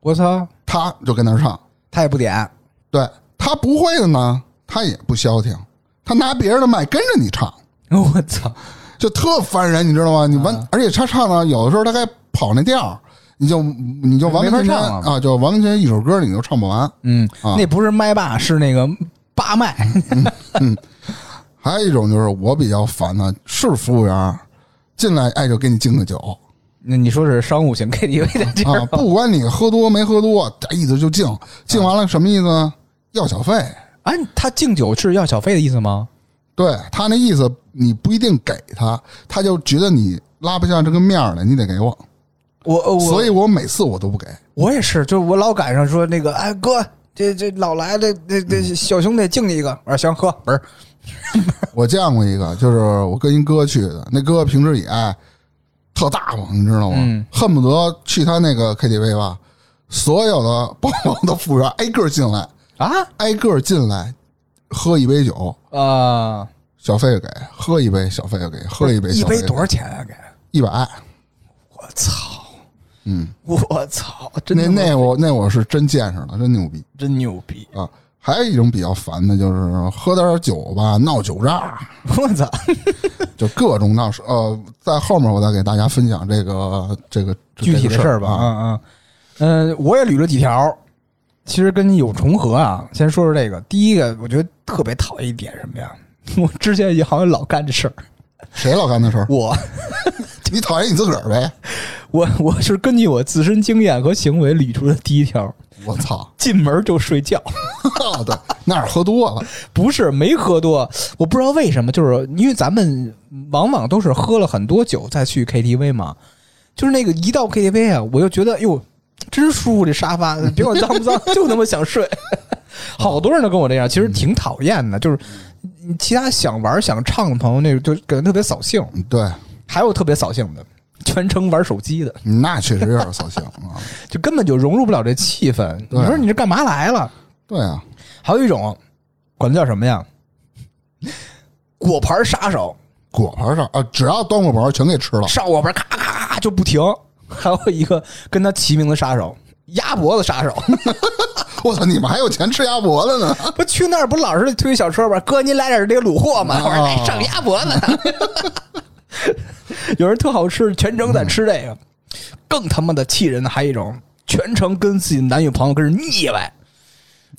Speaker 4: 我操，
Speaker 1: 他就跟那儿唱。
Speaker 4: 他也不点， [laughs]
Speaker 1: 对他不会的呢，他也不消停，他拿别人的麦跟着你唱，
Speaker 4: 我操，
Speaker 1: 就特烦人，你知道吗？你
Speaker 4: 啊
Speaker 1: 完，而且他唱呢，有的时候他该跑那调儿，你就你就完完全
Speaker 4: 没
Speaker 1: 全
Speaker 4: 法唱了
Speaker 1: 啊，就完完全全一首歌你都唱不完。
Speaker 4: 嗯，
Speaker 1: 啊
Speaker 4: 那不是麦霸，是那个霸麦， [laughs]
Speaker 1: 还有一种就是我比较烦的是服务员儿进来，哎，就给你敬
Speaker 4: [laughs]
Speaker 1: 个酒
Speaker 4: 那你说是商务型 KTV 的地
Speaker 1: 啊
Speaker 4: 儿，，
Speaker 1: 不管你喝多没喝多，哎一直就敬，敬完了什么意思呢？要小费。
Speaker 4: 啊，他敬酒是要小费的意思吗？
Speaker 1: 对他那意思，你不一定给他，他就觉得你拉不下这个面儿来，你得给我。
Speaker 4: 我我
Speaker 1: 所以我每次我都不给。
Speaker 4: 我也是，就是我老赶上说那个，哎哥，这这老来这这这
Speaker 1: 嗯
Speaker 4: 小兄弟敬你一个，我说行喝，不是，
Speaker 1: 我见过一个，就是我跟一哥去的，那哥平时也爱特大方，你知道吗？
Speaker 4: 嗯
Speaker 1: 恨不得去他那个 KTV 吧，所有的帮忙的服务员 [laughs] 挨个进来，
Speaker 4: 啊
Speaker 1: 挨个进来喝一杯酒，
Speaker 4: 啊，
Speaker 1: 小费给；喝一杯，小费给；喝一杯，
Speaker 4: 一
Speaker 1: 小
Speaker 4: 杯
Speaker 1: 费
Speaker 4: 多少钱啊？给，
Speaker 1: 一百。
Speaker 4: 我操，
Speaker 1: 嗯，
Speaker 4: 我操，真
Speaker 1: 那
Speaker 4: 的
Speaker 1: 那我那我是真见识了，真牛逼
Speaker 4: 真牛
Speaker 1: [laughs]
Speaker 4: 逼，
Speaker 1: 啊！还有一种比较烦的就是喝点酒吧闹酒炸，
Speaker 4: 我操，
Speaker 1: 就各种闹事。呃，在后面我再给大家分享这个这个这
Speaker 4: [laughs] 具
Speaker 1: 这
Speaker 4: 体
Speaker 1: 个
Speaker 4: 的事
Speaker 1: 事啊
Speaker 4: 儿吧，嗯嗯，呃，我也捋了几条，其实跟你有重合啊。先说说这个，第一个，我觉得特别讨厌一点什么呀？ [laughs] 我之前也好像老干这事儿，
Speaker 1: 谁老干那事儿？
Speaker 4: 我
Speaker 1: 你讨厌你自个儿呗？
Speaker 4: 我我是根据我自身经验和行为捋出的第一条：
Speaker 1: 我操！ [laughs]
Speaker 4: 进门就睡觉。 [laughs]
Speaker 1: 对，那儿喝多了，
Speaker 4: 不是没喝多，我不知道为什么，就是因为咱们往往都是喝了很多酒再去 KTV 嘛，就是那个一到 KTV 啊，我就觉得哟，真舒服这沙发， [laughs] 别管脏不脏，就他妈想睡。 [laughs] 好多人都跟我这样，其实挺讨厌的，就是其他想玩想唱的朋友，那个就感觉特别扫兴。
Speaker 1: 嗯对，
Speaker 4: 还有特别扫兴的，全程玩手机的，
Speaker 1: 那确实有点扫兴啊。
Speaker 4: 就根本就融入不了这气氛。
Speaker 1: 对
Speaker 4: 你说你这干嘛来了？
Speaker 1: 对啊，
Speaker 4: 还有一种，管它叫什么呀？果盘杀手，
Speaker 1: 果盘上啊，只要端果盘全给吃了。
Speaker 4: 上果盘咔咔咔就不停。还有一个跟他齐名的杀手，鸭脖子杀手， [laughs]
Speaker 1: 我操，你们还有钱吃鸭脖子呢？
Speaker 4: 不去那儿不老是推小车吗？哥，您来点这个卤货吗？
Speaker 1: 哦
Speaker 4: 我说哎上鸭脖子。 [laughs] 有人特好吃，全程在吃这个。更他妈的气人的还有一种，全程跟自己的男女朋友跟人腻歪，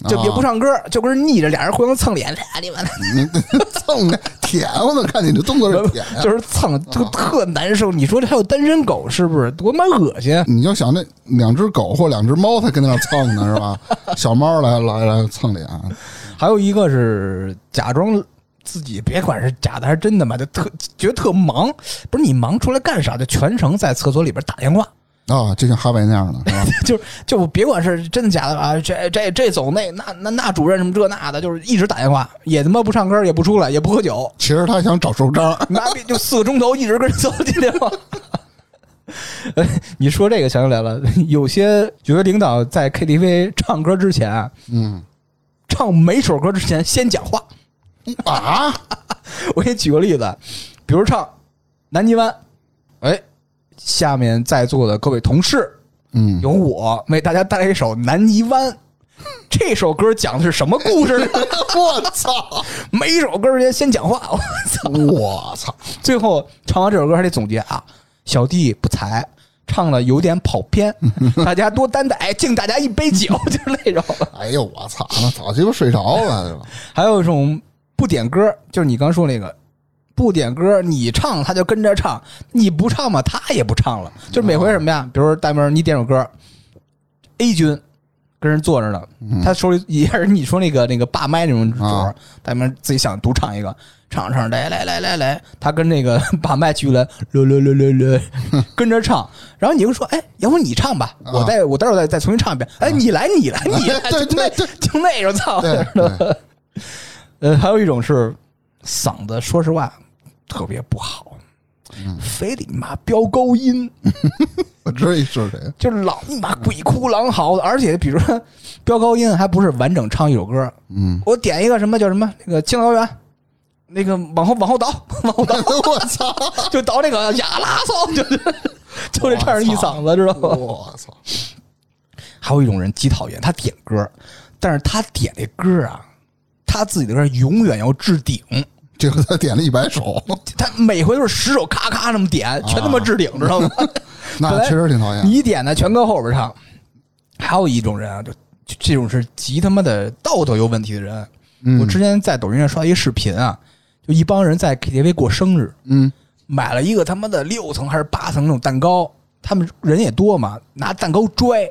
Speaker 4: 就也不
Speaker 1: 上，
Speaker 4: 唱歌，就跟人腻着，俩人互相蹭脸，哎你们。
Speaker 1: 啊你
Speaker 4: [laughs]
Speaker 1: 蹭的舔，我怎么看你这动作是舔呀？啊
Speaker 4: 就是蹭，就特难受。你说这还有单身狗是不是多么恶心？
Speaker 1: 你就想那两只狗或两只猫，它跟那儿蹭呢，是吧？小猫来来来蹭脸，啊
Speaker 4: 还有一个是假装自己，别管是假的还是真的嘛，就特觉得特忙。不是你忙出来干啥？就全程在厕所里边打电话， [laughs]
Speaker 1: 啊，就像哈维那样的，是吧？ [laughs]
Speaker 4: 就就别管是真的假的啊，这这这走那那那那主任什么这那的，就是一直打电话，也他妈不唱歌，也不出来，也不喝酒，
Speaker 1: 其实他想找手章，
Speaker 4: 妈逼就四个钟头一直跟人走 [laughs] 进电话。哎你说这个想起来了，有些有些领导在 KTV 唱歌之前啊，
Speaker 1: 嗯
Speaker 4: 唱每首歌之前先讲话。
Speaker 1: [laughs] 啊，
Speaker 4: [laughs] 我给你举个例子，比如唱《南泥湾》，哎，下面在座的各位同事，
Speaker 1: 嗯，
Speaker 4: 由我为大家带来一首《南泥湾》。
Speaker 1: [laughs]
Speaker 4: 这首歌讲的是什么故事呢？
Speaker 1: 我操，
Speaker 4: 每一首歌之前先讲话， [laughs] 我操！
Speaker 1: 我操，
Speaker 4: 最后唱完这首歌还得总结啊，小弟不才，唱的有点跑
Speaker 1: [laughs]
Speaker 4: 偏，大家多担待，敬大家一杯酒， [laughs] 就是那种。
Speaker 1: 哎呦，我操，那早鸡巴睡着了，是吧？
Speaker 4: 还有一种不点歌，就是你刚说那个，不点歌，你唱他就跟着唱，你不唱嘛，他也不唱了。就是每回什
Speaker 1: 哦
Speaker 4: 么呀，比如说大明，你点首歌，A 君跟人坐着呢，他手里也是你说那个那个霸麦那种主
Speaker 1: 嗯啊
Speaker 4: 儿，大明自己想独唱一个。唱着唱着，来来来来来，他跟那个 [laughs] 把麦举来，略略略略略， [laughs] 跟着唱。然后你就说，哎，要不你唱吧，我
Speaker 1: 啊
Speaker 4: 再我待会儿再再重新唱一遍。哎，你来你来
Speaker 1: [laughs]
Speaker 4: 你来，
Speaker 1: 对
Speaker 4: 就那
Speaker 1: 对
Speaker 4: 就那种 [laughs]
Speaker 1: [laughs]
Speaker 4: 操，
Speaker 1: 对对，
Speaker 4: 呃，还有一种是嗓子，说实
Speaker 1: 嗯
Speaker 4: 话特别不好，非得你妈飙高音，
Speaker 1: 我知道一说谁，
Speaker 4: 就是老你妈鬼哭狼嚎的，而且比如说飙高音还不是完整唱一首歌，
Speaker 1: 嗯，
Speaker 4: 我点一个什么叫什么那个《青草原》，那个往后往后倒，往后倒
Speaker 1: [laughs] 我操，
Speaker 4: 就倒那个呀啦
Speaker 1: [laughs]
Speaker 4: 骚，就是就这唱着一嗓子，知道吗？
Speaker 1: 我操，
Speaker 4: 还有一种人极讨厌，他点歌，但是他点那歌啊，他自己的歌永远要置顶，
Speaker 1: 这个他点了一百首，
Speaker 4: 他每回都是十首咔咔那么
Speaker 1: 啊
Speaker 4: 点，全他妈置顶，知道
Speaker 1: [laughs]
Speaker 4: 吗？
Speaker 1: 那
Speaker 4: 本来
Speaker 1: 确实挺讨厌。
Speaker 4: 你一点呢，全搁后边唱。还有一种人啊，就就这种是极他妈的道德有问题的人。
Speaker 1: 嗯
Speaker 4: 我之前在抖音上刷一视频啊，就一帮人在 KTV 过生日，
Speaker 1: 嗯，
Speaker 4: 买了一个他妈的六层还是八层那种蛋糕，他们人也多嘛，拿蛋糕拽，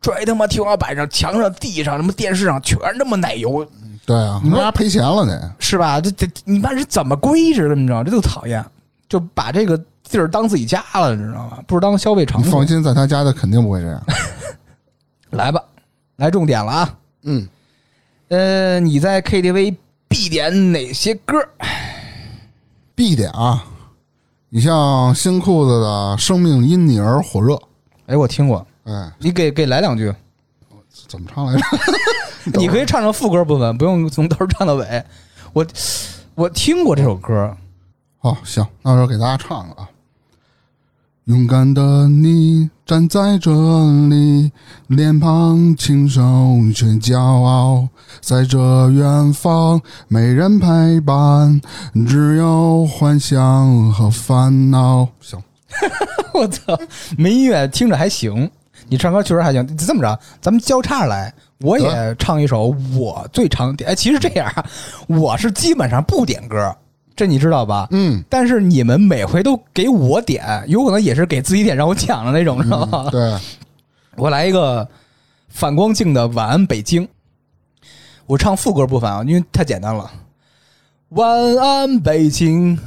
Speaker 4: 拽他妈天花板上、墙上、地上、什么电视上，全他妈奶油，
Speaker 1: 对啊，你
Speaker 4: 你说
Speaker 1: 们
Speaker 4: 啊
Speaker 1: 家赔钱了得。
Speaker 4: 是吧？这这你把人怎么规制的，你知道吗？这就讨厌，就把这个地儿当自己家了，你知道吗？不是当消费场
Speaker 1: 你
Speaker 4: 所
Speaker 1: 放。心，在他家的肯定不会这样。
Speaker 4: 来吧，来重点了啊！
Speaker 1: 嗯，
Speaker 4: 呃，你在 KTV 必点哪些歌？
Speaker 1: 必点啊，你像新裤子的《生命因你而火热》，
Speaker 4: 哎，我听过，
Speaker 1: 哎，
Speaker 4: 你给给来两句，
Speaker 1: 怎么唱来着？
Speaker 4: 你可以唱唱副歌部分，不用从头唱到尾。我我听过这首歌，
Speaker 1: 好，哦行，那我就给大家唱了啊。勇敢的你站在这里，脸庞清瘦却骄傲，在这远方没人陪伴，只有幻想和烦恼。行，
Speaker 4: [laughs] 我操，没音乐听着还行，你唱歌确实还行。这么着，咱们交叉来，我也唱一首我最常点。哎，其实这样啊，我是基本上不点歌，这你知道吧？
Speaker 1: 嗯，
Speaker 4: 但是你们每回都给我点，有可能也是给自己点让我抢的那种，知道吗？
Speaker 1: 对，
Speaker 4: 我来一个反光镜的《晚安北京》，我唱副歌部分啊，因为太简单了。晚安北京，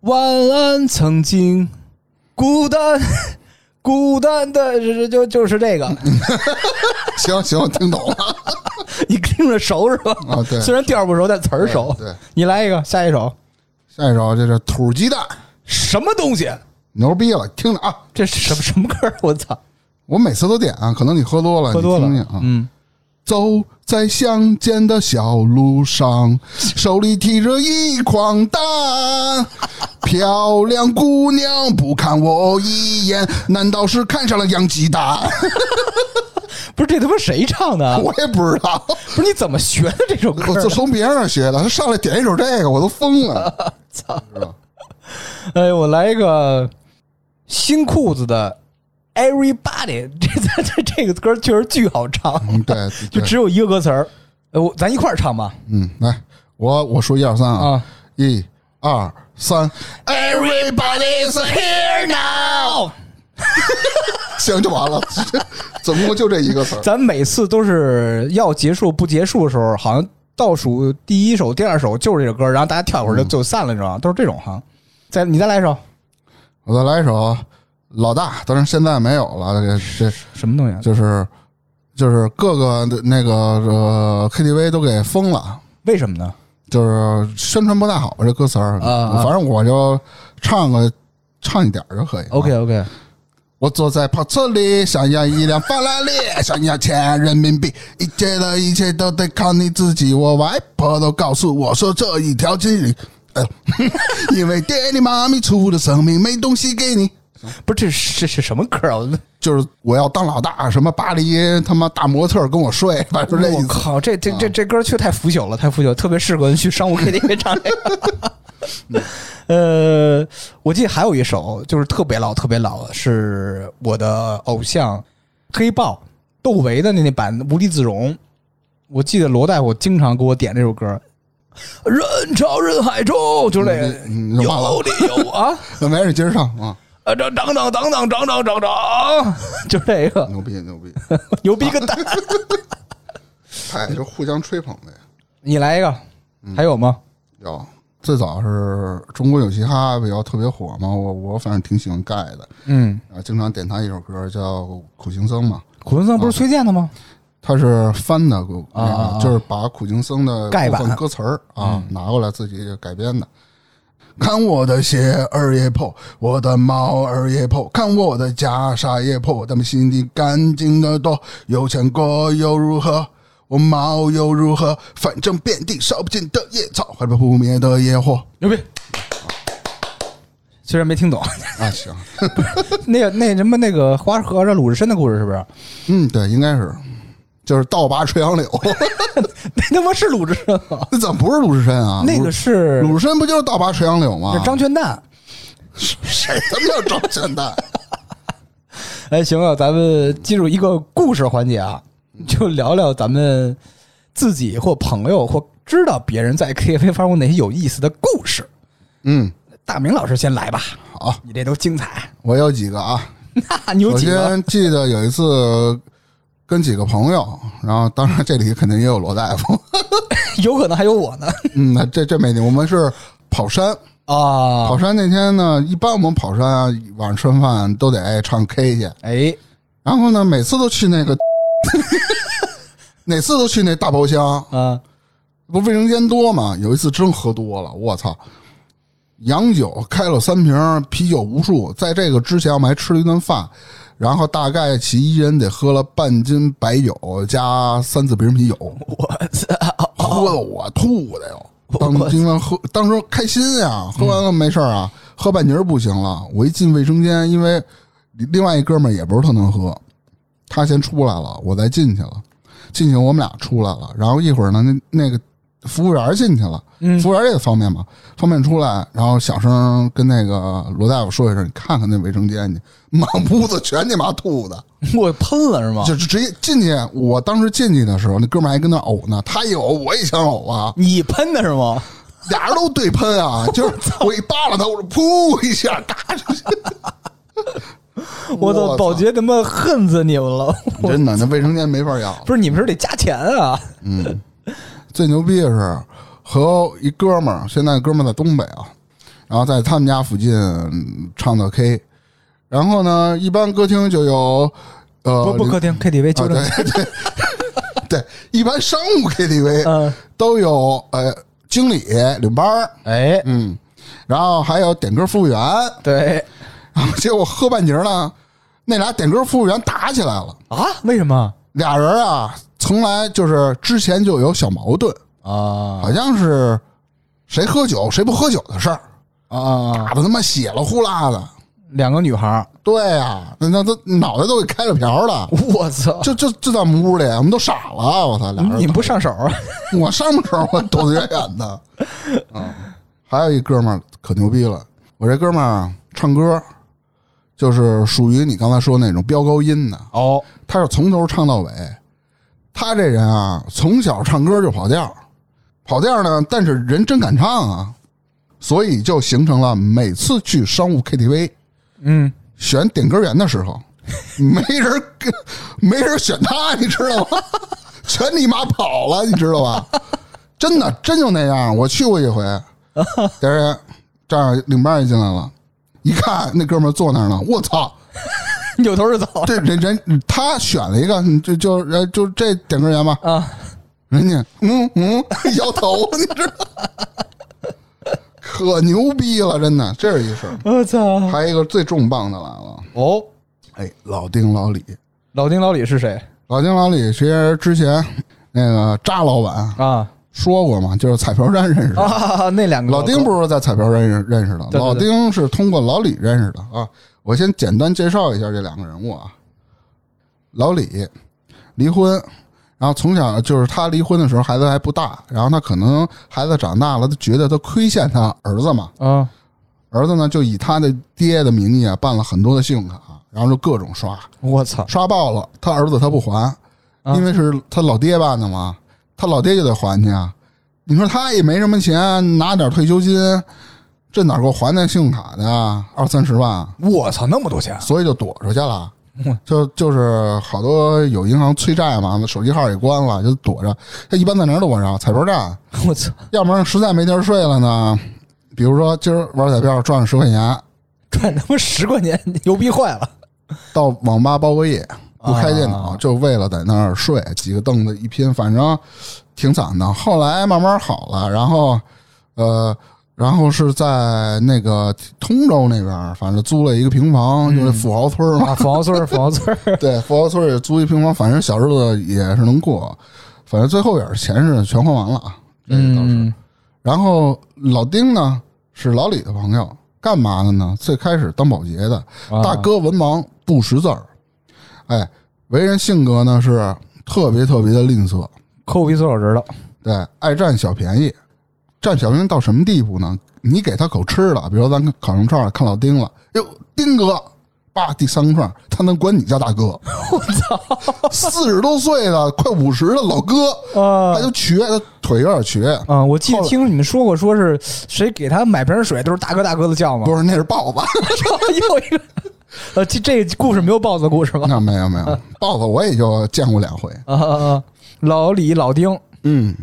Speaker 4: 晚安曾经，孤单，孤单的，就就就是
Speaker 1: [laughs]
Speaker 4: 这个，
Speaker 1: 行行，我听懂了。 [laughs]
Speaker 4: 你听着熟是吧？
Speaker 1: 啊对
Speaker 4: 虽然调儿不熟，但词儿熟。
Speaker 1: 对对
Speaker 4: 你来一个，下一首
Speaker 1: 下一首这是土鸡蛋，
Speaker 4: 什么东西？
Speaker 1: 牛逼了，听着啊！
Speaker 4: 这是什么什么歌儿？我操！
Speaker 1: 我每次都点啊，可能你喝多了，
Speaker 4: 喝多了
Speaker 1: 你听听啊。
Speaker 4: 嗯，
Speaker 1: 走在乡间的小路
Speaker 4: [laughs]
Speaker 1: 上，手里提着一筐蛋，漂亮姑娘不看我一眼，难道是看上了洋鸡
Speaker 4: [laughs]
Speaker 1: 蛋？
Speaker 4: 不是这他妈谁唱的啊？
Speaker 1: 我也不知道，
Speaker 4: [laughs] 不是你怎么学的这首歌
Speaker 1: 我
Speaker 4: 儿
Speaker 1: 就
Speaker 4: 啊？
Speaker 1: 从别人那儿学的。他上来点一首这个，我都疯
Speaker 4: [laughs]
Speaker 1: 了。
Speaker 4: 哎，我来一个新裤子的 Everybody，这这这个歌确实巨好唱，
Speaker 1: 嗯，对，
Speaker 4: 就
Speaker 1: 对
Speaker 4: 只有一个歌词儿。呃，我咱一块儿唱吧。
Speaker 1: 嗯，来，我我数一二三啊
Speaker 4: 啊，
Speaker 1: 一二三，Everybody's here now。
Speaker 4: [laughs] 哦，
Speaker 1: 行就完了， [laughs] 总共就这一个词儿。
Speaker 4: 咱每次都是要结束不结束的时候，好像倒数第一首、第二首就是这个歌，然后大家跳一会儿就就散了，你知道吗？都是这种哈。再你再来一首
Speaker 1: 我再来一首《老大》，当然现在没有了。这这
Speaker 4: 什么东西啊？
Speaker 1: 就是就是各个的那个呃 KTV 都给封了，
Speaker 4: 为什么呢？
Speaker 1: 就是宣传不太好吧这歌词儿。
Speaker 4: 啊啊
Speaker 1: 反正我就唱个唱一点儿就可以。
Speaker 4: OK OK，
Speaker 1: 我坐在跑车里，想要一辆法拉利，想要钱人民币，一切的一切都得靠你自己。我外婆都告诉我说这一条筋里，呃， [laughs] 因为爹地妈咪出了生命，没东西给你。
Speaker 4: 不是这是这是什么歌啊？我
Speaker 1: 就是我要当老大，什么巴黎他妈大模特跟我睡，反正就这意
Speaker 4: 我
Speaker 1: 思。
Speaker 4: 靠，这这这这歌确实太腐朽了，太腐朽，特别适合去商务 KTV 唱这个。呃，我记得还有一首就是特别老、特别老的，是我的偶像黑豹窦唯的那那版《无地自容》。我记得罗大夫经常给我点这首歌，人潮人海中，就那个
Speaker 1: 嗯嗯忘了
Speaker 4: 有你有我啊，
Speaker 1: 那没事，接着上啊，
Speaker 4: 啊，涨涨涨涨涨涨涨涨涨，就这个
Speaker 1: 牛逼牛
Speaker 4: [laughs]
Speaker 1: 逼！
Speaker 4: 牛逼个蛋！
Speaker 1: 哎，就互相吹捧呗。
Speaker 4: 你来一个，还有吗？
Speaker 1: 有最早是中国有嘻哈比较特别火嘛，我我反正挺喜欢盖的，
Speaker 4: 嗯。
Speaker 1: 啊，经常点他一首歌叫《苦行僧》嘛，
Speaker 4: 苦行僧不是崔健的吗？
Speaker 1: 他是翻的，
Speaker 4: 啊啊啊
Speaker 1: 就是把苦行僧的
Speaker 4: 盖嗯
Speaker 1: 部
Speaker 4: 版
Speaker 1: 分歌词儿啊拿过来自己改编的。看我的鞋儿也破，我的帽儿也破，看我的袈裟也破，他们心里干净的多。有钱过又如何？我毛又如何？反正遍地烧不尽的野草，还有扑灭的野火。
Speaker 4: 牛逼！虽然没听懂
Speaker 1: 啊，行，
Speaker 4: [laughs] 那个那什么那个花和尚鲁智深的故事是不是？ [laughs]
Speaker 1: 嗯，对，应该是，就是倒拔垂杨柳， [laughs]
Speaker 4: 那他妈是鲁智深吗？
Speaker 1: 那怎么不是鲁智深啊？
Speaker 4: 那个是
Speaker 1: 鲁智啊深不就是倒拔垂杨柳吗
Speaker 4: 是？张全蛋。
Speaker 1: 谁他妈叫张全蛋？
Speaker 4: 哎，行啊，咱们进入一个故事环节啊，
Speaker 1: 嗯
Speaker 4: 就聊聊咱们自己或朋友或知道别人在 KTV 发生过哪些有意思的故事。
Speaker 1: 嗯，
Speaker 4: 大明老师先来吧，啊
Speaker 1: 好，
Speaker 4: 你这都精彩，
Speaker 1: 我有几个啊。
Speaker 4: 那你有
Speaker 1: 首
Speaker 4: 几个？
Speaker 1: 先记得有一次跟几个朋友，然后当然这里肯定也有罗大夫， [laughs]
Speaker 4: [laughs] 有可能还有我呢
Speaker 1: 嗯，那这这没定。我们是跑山，
Speaker 4: 啊
Speaker 1: 跑！山那天呢，一般我们跑山啊，晚上吃完饭都得唱 K 去，
Speaker 4: 哎，
Speaker 1: 然后呢，每次都去那个，每次都去那大包厢，
Speaker 4: 啊，
Speaker 1: 不卫生间多嘛？有一次真喝多了，我操！洋酒开了三瓶，啤酒无数。在这个之前，我们还吃了一顿饭，然后大概其一人得喝了半斤白酒加三四瓶啤酒，
Speaker 4: 我 [laughs] 操！
Speaker 1: 喝的我吐的哟。当经常喝，当时开心呀、喝完了没事儿啊，喝半截儿不行了。我一进卫生间，因为另外一哥们儿也不是特能喝，他先出来了，我再进去了。进去我们俩出来了，然后一会儿呢，那那个服务员儿进去了，服务员儿也方便嘛，方便出来，然后小声跟那个罗大夫说一声，你看看那卫生间去，满屋子全你妈吐的。
Speaker 4: 我喷了是吗？
Speaker 1: 就就直接进去。我当时进去的时候，那哥们儿还跟那呕呢，他一呕，我也想呕啊，
Speaker 4: 你喷的是吗？
Speaker 1: 俩人都对喷
Speaker 4: [laughs]
Speaker 1: 啊，就是我一扒拉他，我说噗一下，嘎出去。
Speaker 4: 我操！保洁他妈恨死你们了！
Speaker 1: 真的，那卫生间没法要。
Speaker 4: [laughs] 不是你们是得加钱啊？
Speaker 1: 最牛逼的是和一哥们儿，现在哥们儿在东北啊，然后在他们家附近唱的 K，然后呢，一般歌厅就有呃
Speaker 4: 不不，客厅 KTV
Speaker 1: 啊
Speaker 4: 纠正。
Speaker 1: 对 [laughs] 对对，一般商务 KTV
Speaker 4: 嗯，
Speaker 1: 都有呃经理领班儿。
Speaker 4: 哎，
Speaker 1: 嗯，然后还有点歌服务员，
Speaker 4: 对
Speaker 1: 然后 [laughs] 结果喝半截儿呢，那俩点歌服务员打起来了，
Speaker 4: 啊？为什么
Speaker 1: 俩人啊，从来就是之前就有小矛盾，
Speaker 4: 啊
Speaker 1: 好像是谁喝酒谁不喝酒的事儿，
Speaker 4: 啊？
Speaker 1: 打的他妈血了呼啦的。
Speaker 4: 两个女孩儿，
Speaker 1: 对呀、那那都脑袋都给开了瓢了，
Speaker 4: 我 [laughs] 操！
Speaker 1: 就就就在我们屋里，我们都傻了，我操，俩人
Speaker 4: 你们不上手啊？ [laughs]
Speaker 1: [laughs] 我上不手，我躲得远远的。啊、还有一哥们儿可牛逼了，我这哥们儿啊唱歌，就是属于你刚才说那种飙高音的，
Speaker 4: 哦，
Speaker 1: 他是从头唱到尾。他这人啊，从小唱歌就跑调，跑调呢，但是人真敢唱啊，所以就形成了每次去商务 KTV
Speaker 4: 嗯，
Speaker 1: 选点歌员的时候，没人跟没人选他，你知道吗？ [laughs] 全你妈跑了，你知道吧？真的，真就那样。我去过一回，别人这样领班也进来了，一看那哥们儿坐那儿呢，我操！
Speaker 4: 扭头就走
Speaker 1: 这人人他选了一个，你就就呃就这点歌员吧，
Speaker 4: 啊！
Speaker 1: 人家嗯嗯摇头，你知道吗，可牛逼了，真的，这是一事儿。
Speaker 4: 我操！
Speaker 1: 还有一个最重磅的来了，
Speaker 4: 哦，
Speaker 1: 哎，老丁老李，
Speaker 4: 老丁老李是谁
Speaker 1: 老丁老李其实之前那个扎老板
Speaker 4: 啊？
Speaker 1: 说过嘛，就是彩票站认识的。
Speaker 4: 啊，那两个
Speaker 1: 老丁不是在彩票站认识认识的，
Speaker 4: 对对对
Speaker 1: 老丁是通过老李认识的啊。我先简单介绍一下这两个人物啊。老李离婚，然后从小就是他离婚的时候孩子还不大，然后他可能孩子长大了，他觉得他亏欠他儿子嘛，
Speaker 4: 啊
Speaker 1: 儿子呢就以他的爹的名义啊办了很多的信用卡，然后就各种刷，
Speaker 4: 我操！
Speaker 1: 刷爆了，他儿子他不还，
Speaker 4: 啊
Speaker 1: 因为是他老爹办的嘛，他老爹就得还去啊。你说他也没什么钱，拿点退休金，这哪够还那信用卡的啊？二三十万，
Speaker 4: 我操，那么多钱！
Speaker 1: 所以就躲出去了。就就是好多有银行催债嘛，手机号也关了，就躲着。他一般在哪儿躲着啊？彩票站，
Speaker 4: 我操，
Speaker 1: 要不然实在没地儿睡了呢。比如说今儿玩彩票赚了十块钱，
Speaker 4: 赚他妈十块钱，牛逼坏了！
Speaker 1: 到网吧包个夜，不开电脑，
Speaker 4: 啊
Speaker 1: 就为了在那儿睡，几个凳子一拼，反正挺惨的。后来慢慢好了，然后呃，然后是在那个通州那边，反正租了一个平
Speaker 4: 嗯
Speaker 1: 房，就是富豪村嘛。
Speaker 4: 啊，富豪村儿，富豪村儿，
Speaker 1: [laughs] 对，富豪村也租一平房，反正小日子也是能过，反正最后也是钱是全还完了啊，这个倒是。
Speaker 4: 嗯，
Speaker 1: 然后老丁呢是老李的朋友，干嘛的呢？最开始当保洁的，
Speaker 4: 啊
Speaker 1: 大哥文盲不识字儿，哎，为人性格呢是特别特别的吝啬，
Speaker 4: [laughs] 抠鼻子我知道，
Speaker 1: 对，爱占小便宜，占小便宜到什么地步呢？你给他口吃的，比如说咱烤串串儿看老丁了，哟，丁哥，爸第三根串儿，他能管你叫大哥？我操，四十多岁的快五十的老哥，
Speaker 4: 啊
Speaker 1: 他就瘸，他腿有点瘸，
Speaker 4: 啊，我记得
Speaker 1: 后来
Speaker 4: 听你们说过，说是谁给他买瓶水都是大哥大哥的叫嘛，
Speaker 1: 不是那是豹子。
Speaker 4: 是 [laughs] 又一个，呃，这这个故事没有豹子故事吧？
Speaker 1: 那没有没有，豹子我也就见过两回。
Speaker 4: 啊啊啊！老李、老丁，
Speaker 1: 嗯，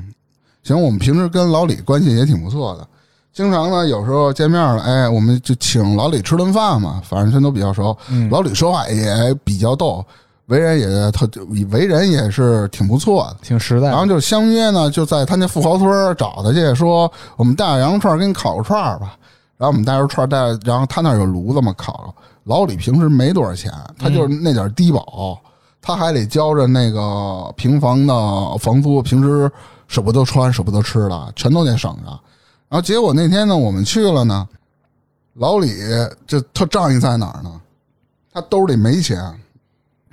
Speaker 1: 行，我们平时跟老李关系也挺不错的，经常呢有时候见面了，哎，我们就请老李吃顿饭嘛，反正全都比较熟。老李说话也比较逗，为人也特为人也是挺不错的。
Speaker 4: 挺实在
Speaker 1: 然后
Speaker 4: 的，
Speaker 1: 就相约呢，就在他那富豪村儿找他去，说我们带点羊肉串儿给你烤个串儿吧。然后我们带着串儿带着，然后他那儿有炉子嘛，烤。老李平时没多少钱，他就是那点儿低保，他还得交着那个平房的房租，平时舍不得穿，舍不得吃的，全都得省着。然后结果那天呢，我们去了呢，老李就特仗义在哪儿呢？他兜里没钱，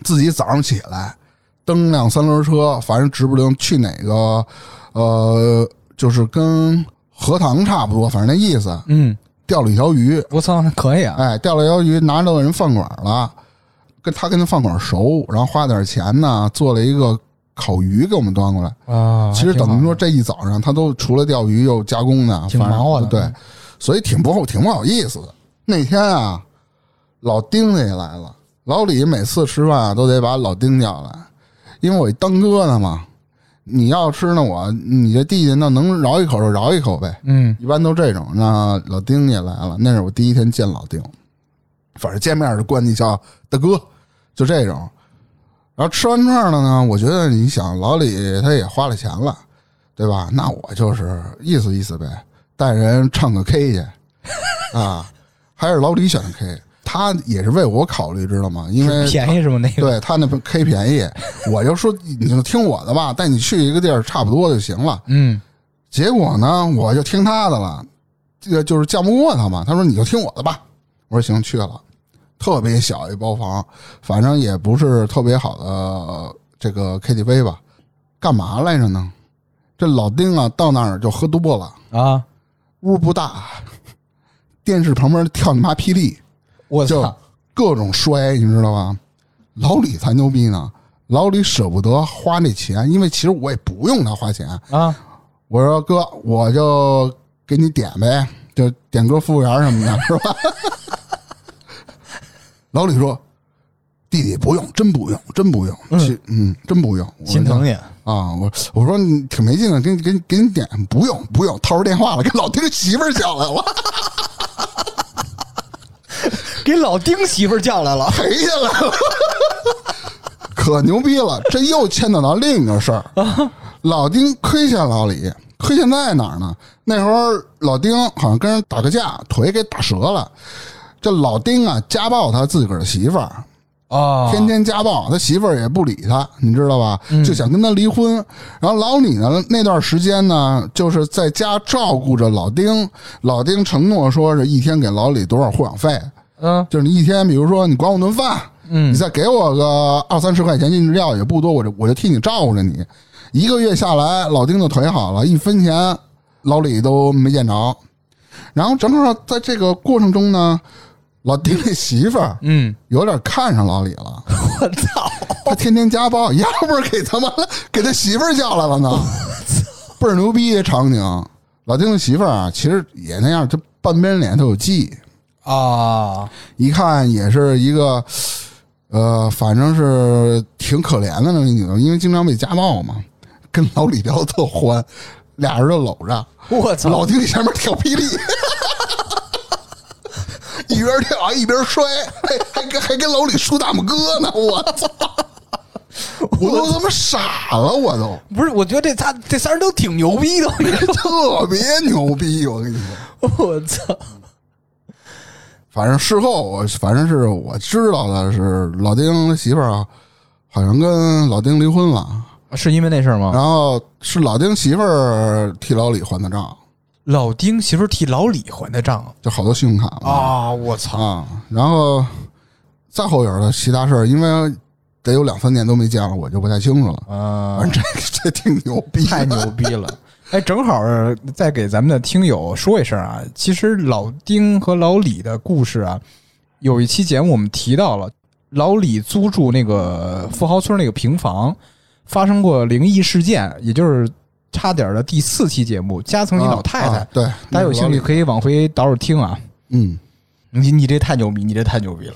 Speaker 1: 自己早上起来蹬辆三轮车，反正指不定去哪个，呃，就是跟荷塘差不多，反正那意思，
Speaker 4: 嗯，
Speaker 1: 钓了一条鱼，
Speaker 4: 我操，可以啊，
Speaker 1: 哎，钓了一条鱼，拿到人饭馆了，跟他跟那饭馆熟，然后花点钱呢，做了一个烤鱼给我们端过来。
Speaker 4: 啊，
Speaker 1: 其实
Speaker 4: 挺好
Speaker 1: 等于说这一早上他都除了钓鱼又加工呢，
Speaker 4: 挺
Speaker 1: 反正
Speaker 4: 忙活的嗯
Speaker 1: 对，所以挺不好，挺不好意思的。那天啊，老丁也来了，老李每次吃饭啊都得把老丁叫来，因为我一当哥的嘛，你要吃呢我，你这弟弟那能饶一口就饶一口呗，
Speaker 4: 嗯，
Speaker 1: 一般都这种。那老丁也来了，那是我第一天见老丁，反正见面就管你叫大哥，就这种。然后吃完串了呢，我觉得你想老李他也花了钱了，对吧？那我就是意思意思呗，带人唱个 K 去啊，还是老李选的 K，他也是为我考虑，知道吗？因为
Speaker 4: 便宜是吗？那个
Speaker 1: 对他那 K 便宜，我就说你就听我的吧，带你去一个地儿差不多就行了。
Speaker 4: 嗯，
Speaker 1: 结果呢，我就听他的了，这个就是犟不过他嘛。他说你就听我的吧，我说行，去了，特别小一包房，反正也不是特别好的呃这个 KTV 吧。干嘛来着呢？这老丁啊，到那儿就喝多了，
Speaker 4: 啊，
Speaker 1: 屋不大，电视旁边跳你妈霹雳，
Speaker 4: 我
Speaker 1: 就
Speaker 4: 操，
Speaker 1: 各种摔，你知道吧？老李才牛逼呢，老李舍不得花那钱，因为其实我也不用他花钱，
Speaker 4: 啊，
Speaker 1: 我说哥，我就给你点呗，就点歌服务员什么
Speaker 4: [laughs]
Speaker 1: 的，是吧？老李说：“弟弟不用，真不用，真不用，嗯嗯，真不用，我说
Speaker 4: 心疼你，
Speaker 1: 啊！我我说你挺没劲啊的，给你给你给你点，不用不用，掏出电话了，给老丁媳妇儿叫来了，
Speaker 4: 给老丁媳妇儿叫来了，
Speaker 1: 赔下来了， [laughs] 可牛逼了！这又牵扯到另一个事儿，老丁亏欠老李，亏欠在哪儿呢？那时候老丁好像跟人打个架，腿给打折了。这老丁啊，家暴他自个儿的媳妇儿，
Speaker 4: 啊，嗯
Speaker 1: 天天家暴，他媳妇儿也不理他，你知道吧？就想跟他离婚。然后老李呢，那段时间呢，就是在家照顾着老丁。老丁承诺说是一天给老李多少护养费，
Speaker 4: 嗯
Speaker 1: 就是你一天，比如说你管我顿饭，你
Speaker 4: 嗯，
Speaker 1: 再给我个二三十块钱进料也不多，我就我就替你照顾着你。一个月下来，老丁的腿好了，一分钱老李都没见着。然后正好在这个过程中呢，老丁的媳妇儿
Speaker 4: 嗯，
Speaker 1: 有点看上老李了，
Speaker 4: 我操，
Speaker 1: 他天天家暴， [laughs] 要不是给他妈给他媳妇儿叫来了呢，倍儿牛逼场景。老丁的媳妇儿啊，其实也那样，就半边脸都有记忆。
Speaker 4: 啊，
Speaker 1: 一看也是一个，呃，反正是挺可怜的那么一女的，因为经常被家暴嘛，跟老李聊得特欢，俩人就搂着，
Speaker 4: 我操，
Speaker 1: 老丁前面跳霹雳，一边跳一边摔，还还跟还跟老李竖大拇哥呢，我操！我都他妈傻了，我都
Speaker 4: [laughs] 不是，我觉得这仨这仨人都挺牛逼的，我跟你说
Speaker 1: 特别牛逼，我跟你说，
Speaker 6: 我操！
Speaker 1: 反正事后我反正是我知道的是老丁的媳妇儿啊，好像跟老丁离婚了，
Speaker 4: 是因为那事儿吗？
Speaker 1: 然后是老丁媳妇儿替老李还的账，
Speaker 2: 老丁媳妇儿替老李还的账
Speaker 1: 就好多信用卡嘛
Speaker 2: 啊！我操，
Speaker 1: 啊，然后再后边的其他事儿，因为得有两三年都没见了，我就不太清楚了。
Speaker 4: 啊
Speaker 1: 反正这这 [laughs] 挺牛逼的，
Speaker 4: 太牛逼
Speaker 1: [laughs]
Speaker 4: 了！
Speaker 2: 哎，正好儿再给咱们的听友说一声啊，其实老丁和老李的故事啊，有一期节目我们提到了，老李租住那个富豪村那个平房，发生过灵异事件，也就是差点儿的第四期节目《家曾里老太太》
Speaker 1: 啊啊对，
Speaker 2: 大家有兴趣可以往回倒会听啊。
Speaker 1: 嗯，
Speaker 4: 你你这太牛逼，你这太牛逼了，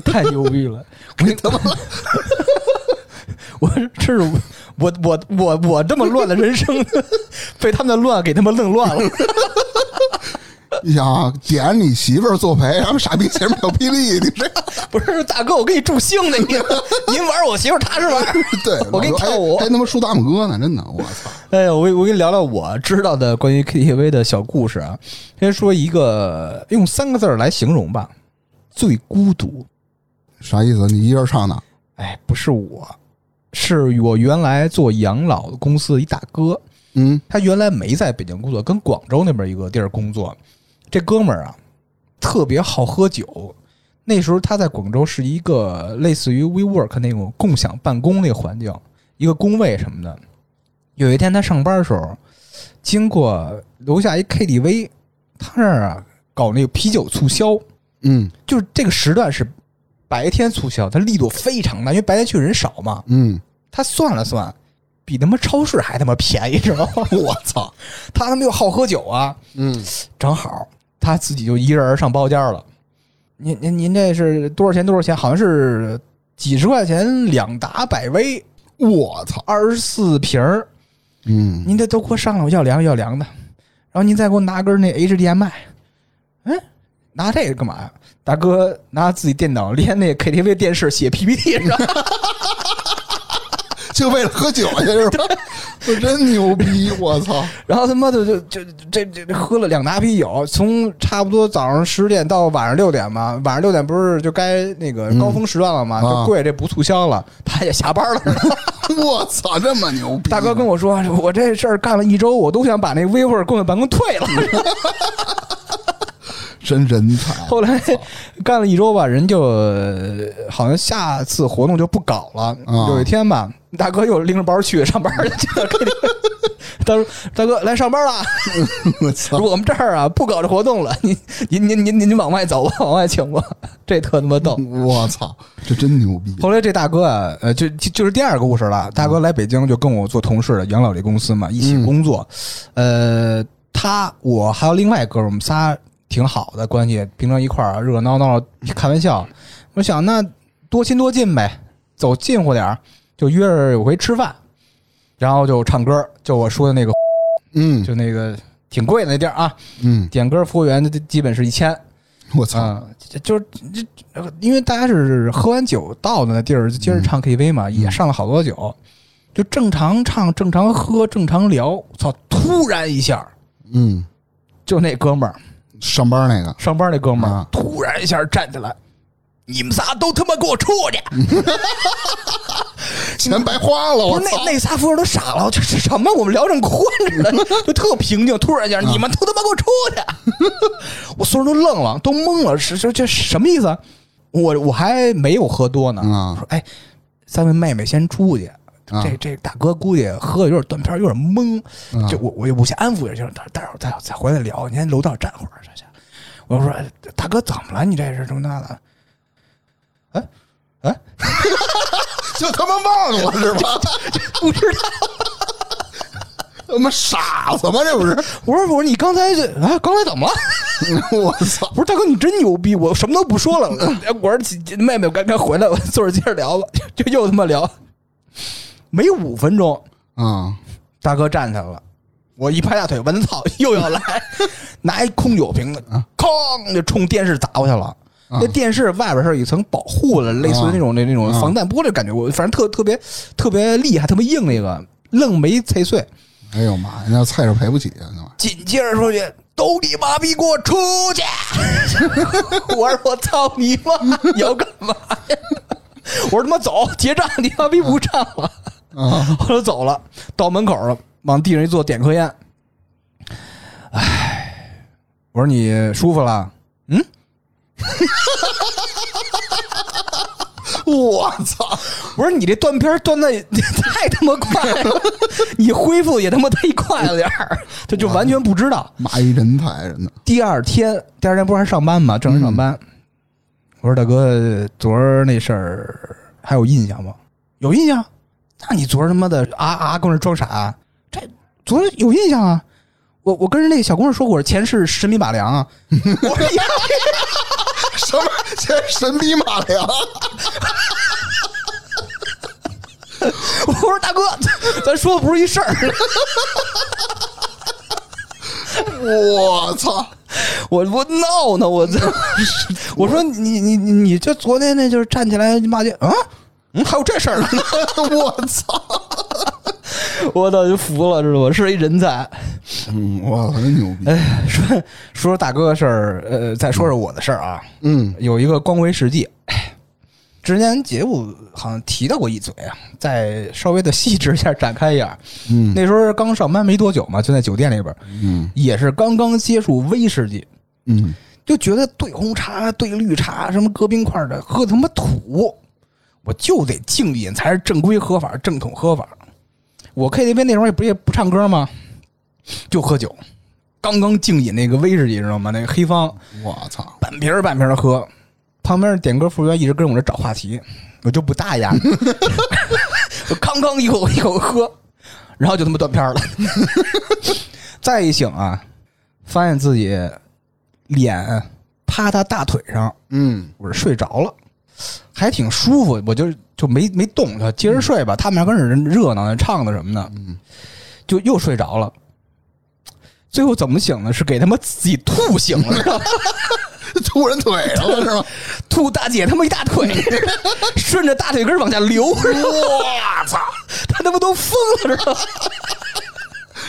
Speaker 4: [laughs] 太牛逼了！我他 [laughs] 妈，我这是我我我我这么乱的人生，被他们的乱给他们弄乱了。
Speaker 1: 你想啊，点你媳妇儿作陪，然后傻逼前面有霹雳，你这 [laughs]
Speaker 4: 不是大哥，我给你助兴呢，你您玩我媳妇儿踏实玩。
Speaker 1: 对，
Speaker 4: 我给你
Speaker 1: 老说哎
Speaker 4: 跳舞
Speaker 1: 还还他妈输大拇哥呢，真的，我操！
Speaker 4: [laughs] 哎呀，我给我给你聊聊我知道的关于 KTV 的小故事啊。先说一个，用三个字儿来形容吧，最孤独。
Speaker 1: 啥意思？你一人唱的？
Speaker 4: 哎，不是我，是我原来做养老公司的一大哥，
Speaker 1: 嗯
Speaker 4: 他原来没在北京工作，跟广州那边一个地儿工作。这哥们儿啊，特别好喝酒。那时候他在广州是一个类似于 WeWork 那种共享办公那个环境，一个工位什么的。有一天他上班的时候，经过楼下一 KTV，他那儿啊搞那个啤酒促销，
Speaker 1: 嗯
Speaker 4: 就是这个时段是白天促销，它力度非常大，因为白天去人少嘛。
Speaker 1: 嗯，
Speaker 4: 他算了算，比他妈超市还他妈便宜，知道吗？ [laughs] 我操，他他妈又好喝酒啊，
Speaker 1: 嗯，
Speaker 4: 正好他自己就一人上包间了。您您您这是多少钱？多少钱？好像是几十块钱两打百威，
Speaker 1: 我操！
Speaker 4: 二十四瓶儿。
Speaker 1: 嗯，
Speaker 4: 您这都给我上了，我要凉要凉的。然后您再给我拿根那 HDMI，嗯，拿这个干嘛呀？大哥拿自己电脑连那 KTV 电视写 PPT 上，
Speaker 1: 就为了喝酒去是
Speaker 4: [laughs]
Speaker 1: 吧？我真牛逼！我操！
Speaker 4: 然后他妈的就就这这这喝了两打啤酒，从差不多早上十点到晚上六点嘛，晚上六点不是就该那个高峰时段了嘛，
Speaker 1: 嗯啊
Speaker 4: 就贵这不促销了，他也下班
Speaker 1: [laughs]
Speaker 4: 了。
Speaker 1: 我操！这么牛逼！
Speaker 4: 大哥跟我说，我这事儿干了一周，我都想把那 WeWork 共享办公退了。
Speaker 1: [laughs] 真人才！
Speaker 4: 后来干了一周吧，人就呃好像下次活动就不搞了。
Speaker 1: 啊
Speaker 4: 有一天吧，大哥又拎着包去上班去了。他说：“大哥来上班了，
Speaker 1: 我操！
Speaker 4: 我们这儿啊不搞这活动了， [laughs] 您您您您您往外走吧， [laughs] 往外请吧。”这特他妈逗。
Speaker 1: 我操！这真牛逼！
Speaker 4: 嗯后来这大哥啊，呃，就就就是第二个故事了。大哥来北京就跟我做同事的养老这公司嘛，一起工作。呃，他我还有另外一哥们儿，我们仨挺好的关系，平常一块儿热热闹闹开玩笑。我想那多亲多近呗，走近乎点儿，就约着有回吃饭，然后就唱歌，就我说的那个，
Speaker 1: 嗯
Speaker 4: 就那个挺贵的那地儿啊，
Speaker 1: 嗯，
Speaker 4: 点歌服务员基本是一千。
Speaker 1: 我操！
Speaker 4: 啊，这就是这，这因为大家是喝完酒到的那地儿，就
Speaker 1: 嗯
Speaker 4: 接着唱 KTV 嘛，也上了好多酒，就正常唱、正常喝、正常聊。操！突然一下，
Speaker 1: 嗯，
Speaker 4: 就那哥们儿
Speaker 1: 上班那个
Speaker 4: 上班那哥们儿、
Speaker 1: 啊
Speaker 4: 突然一下站起来，你们仨都他妈给我出去！
Speaker 1: 钱白花了！
Speaker 4: 不
Speaker 1: 我
Speaker 4: 是
Speaker 1: 操！
Speaker 4: 那那仨服务员都傻了，这是什么？我们聊正宽着呢，就特平静。突然一下，
Speaker 1: 嗯
Speaker 4: 你们都他妈给我出去！ [laughs] 我所有人都愣了，都懵了，是这这什么意思啊？我我还没有喝多呢。
Speaker 1: 嗯
Speaker 4: 我说哎，三位妹妹先出去。
Speaker 1: 嗯
Speaker 4: 这这大哥估计喝的有点断片儿，有点懵，
Speaker 1: 嗯
Speaker 4: 就我我我先安抚一下，待待会儿再再回来聊，你先楼道站会儿。这这，我说哎大哥怎么了？你这是这么那的？
Speaker 1: 就他妈忘了是吧？
Speaker 4: 不知道。
Speaker 1: 他妈傻子吗？这不是？ [laughs]
Speaker 4: 我说我说你刚才这啊，刚才怎么了？
Speaker 1: 我操！
Speaker 4: 不是大哥，你真牛逼！我什么都不说了，我说妹妹，我刚刚回来，我坐着接着聊吧， [laughs] 就又他妈聊，没五分钟，
Speaker 1: 啊！
Speaker 4: 大哥站起来了，我一拍大腿，蚊子操，又要来，拿一空酒瓶子，哐就冲电视砸过去了。那电视外边是有一层保护了，类似于那种那那种防弹玻璃感觉，我反正特特别特别厉害，特别硬那个，愣没踩碎。
Speaker 1: 哎呦妈呀！那菜是赔不起啊！那玩意儿
Speaker 4: 紧接着说去，都你妈逼给我出去！ [laughs] 我说我操你 [laughs] 妈，你要干嘛呀？我说他妈走，结账，你妈逼不账了。
Speaker 1: 啊，
Speaker 4: 我就走了，到门口了，往地上一坐，点颗烟。唉，我说你舒服了？嗯，
Speaker 1: 我操！
Speaker 4: [laughs] 我说你这断片儿断的太他妈快了， [laughs] 你恢复也他妈忒快了点儿，这就完全不知道。
Speaker 1: 蚂蚁人才真
Speaker 4: [laughs]
Speaker 1: 的，
Speaker 4: 第二天，第二天不是还上班吗？正常上班。我说大哥，昨儿那事儿还有印象吗？有印象。那你昨儿他妈的啊啊跟那装傻、这昨儿有印象啊。我我跟人那小姑娘说，我前世神笔马良啊。 [laughs] 我说呀，
Speaker 1: 什么这神笔马良？
Speaker 4: 我说大哥， [laughs] 咱咱说的不是一事儿。
Speaker 1: 我操！
Speaker 4: [laughs] 我我闹呢，
Speaker 1: [laughs]
Speaker 4: 我这我说你你你你这昨天那就是站起来骂街啊，嗯，还有这事儿呢，
Speaker 1: [laughs] 我操！
Speaker 4: [laughs] 我倒就服了，知道吧？是一人才。
Speaker 1: 嗯，我操，真牛逼！
Speaker 4: 哎，说说说大哥的事儿，呃，再说说我的事儿啊。
Speaker 1: 嗯，
Speaker 4: 有一个光辉事迹，哎之前节目好像提到过一嘴啊，再稍微的细致一下展开一下。
Speaker 1: 嗯，
Speaker 4: 那时候刚上班没多久嘛，就在酒店里边，
Speaker 1: 嗯，
Speaker 4: 也是刚刚接触威士忌，
Speaker 1: 嗯，
Speaker 4: 就觉得兑红茶、兑绿茶、什么搁冰块的，喝他妈土，我就得敬饮才是正规喝法、正统喝法。我 KTV 那时候也不也不唱歌吗？就喝酒，刚刚敬饮那个威士忌，知道吗？那个黑方
Speaker 1: 我操！
Speaker 4: 半瓶儿半瓶的喝，旁边点歌服务员一直跟我这找话题，我就不搭理他，我刚刚一口一口喝，然后就他妈断片儿了。 [laughs] 再一醒啊，发现自己脸趴他大腿上，
Speaker 1: 嗯，
Speaker 4: 我是睡着了，还挺舒服，我就就没没动他，接着睡吧。他们俩跟人热闹呢，唱的什么呢，就又睡着了。最后怎么醒呢？是给他妈自己吐醒了，知道吗？
Speaker 1: 突然腿上了是吗？ [laughs]
Speaker 4: 吐大姐他妈一大 [laughs] 腿，顺着大腿根儿往下流，我 [laughs] 操，他他妈都疯了，知道吗？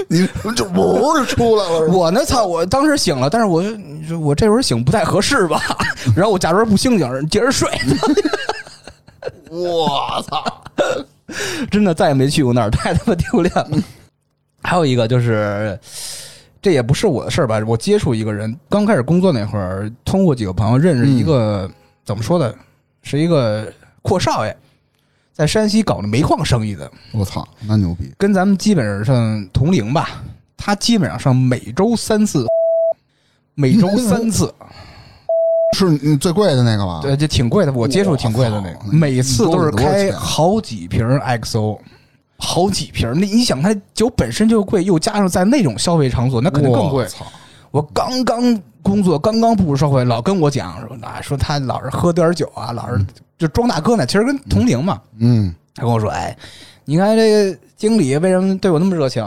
Speaker 1: 你就呜就出来了是吧？
Speaker 4: [laughs] 我呢，操！我当时醒了，但是我你说我这会儿醒不太合适吧？ [laughs] 然后我假装不清醒，接着睡。 [laughs]
Speaker 1: 我操！
Speaker 4: 真的再也没去过那儿，太他妈丢脸了。 [laughs] 还有一个就是，这也不是我的事儿吧？我接触一个人，刚开始工作那会儿，通过几个朋友认识一个、怎么说呢，是一个阔少爷，在山西搞的煤矿生意的，
Speaker 1: 我操，那牛逼！
Speaker 4: 跟咱们基本上同龄吧。他基本上上每周三次，每周
Speaker 1: [laughs]
Speaker 4: 三次，
Speaker 1: 是你最贵的那个吧？
Speaker 4: 对，就挺贵的。我接触挺贵的那
Speaker 1: 哇
Speaker 4: 个，每次都是
Speaker 1: 你兜里多少
Speaker 4: 开
Speaker 1: 钱啊
Speaker 4: 好几瓶 XO，
Speaker 1: [laughs]
Speaker 4: 好几瓶。那你想，它酒本身就贵，又加上在那种消费场所，那肯定更贵
Speaker 1: 我。操！
Speaker 4: 我刚刚工作，刚刚步入社会，老跟我讲说，啊，说他老是喝点儿酒啊，老是就装大哥呢。其实跟同龄嘛，
Speaker 1: 嗯，
Speaker 4: 他跟我说，哎，你看这个经理为什么对我那么热情？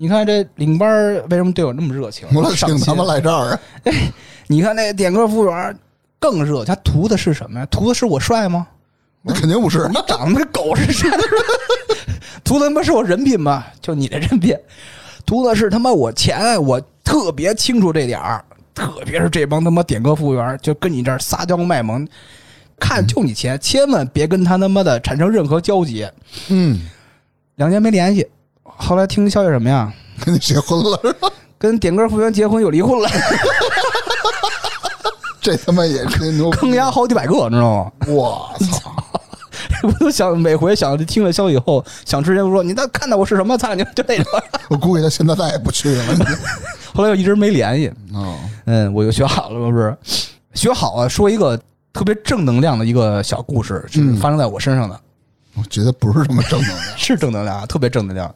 Speaker 4: 你看这领班儿为什么对我那么热情？
Speaker 1: 我
Speaker 4: 上
Speaker 1: 请他
Speaker 4: 心
Speaker 1: 们来这儿啊！
Speaker 4: 你看那点歌服务员更热，他图的是什么呀？图的是我帅吗？
Speaker 1: 那肯定不是
Speaker 4: 你，长得跟狗似的， [laughs] 图他妈是我人品吧？就你这人品，图的是他妈我钱，我特别清楚这点儿，特别是这帮他妈点歌服务员，就跟你这儿撒娇卖萌，看就你钱，千万别跟他他妈的产生任何交集。
Speaker 1: 嗯，
Speaker 4: 两年没联系，后来听消息什么呀？
Speaker 1: 跟你结婚了是吧？
Speaker 4: 跟点歌服务员结婚又离婚了， [laughs]
Speaker 1: 这他妈也是 [laughs] 牛逼！
Speaker 4: 坑丫好几百个，你知道吗？ [laughs]
Speaker 1: 我操！
Speaker 4: 我都想每回想听了消息以后，想之前不说你那看到我是什么？操你妈就那种。 [laughs]
Speaker 1: 我估计他现在再也不去了。
Speaker 4: 后来又一直没联系，
Speaker 1: [laughs] 哦，
Speaker 4: 嗯，我又学好了，不是学好啊。说一个特别正能量的一个小故事，是
Speaker 1: 嗯
Speaker 4: 发生在我身上的，
Speaker 1: 我觉得不是什么正能量。
Speaker 4: [laughs] 是正能量，啊，特别正能量。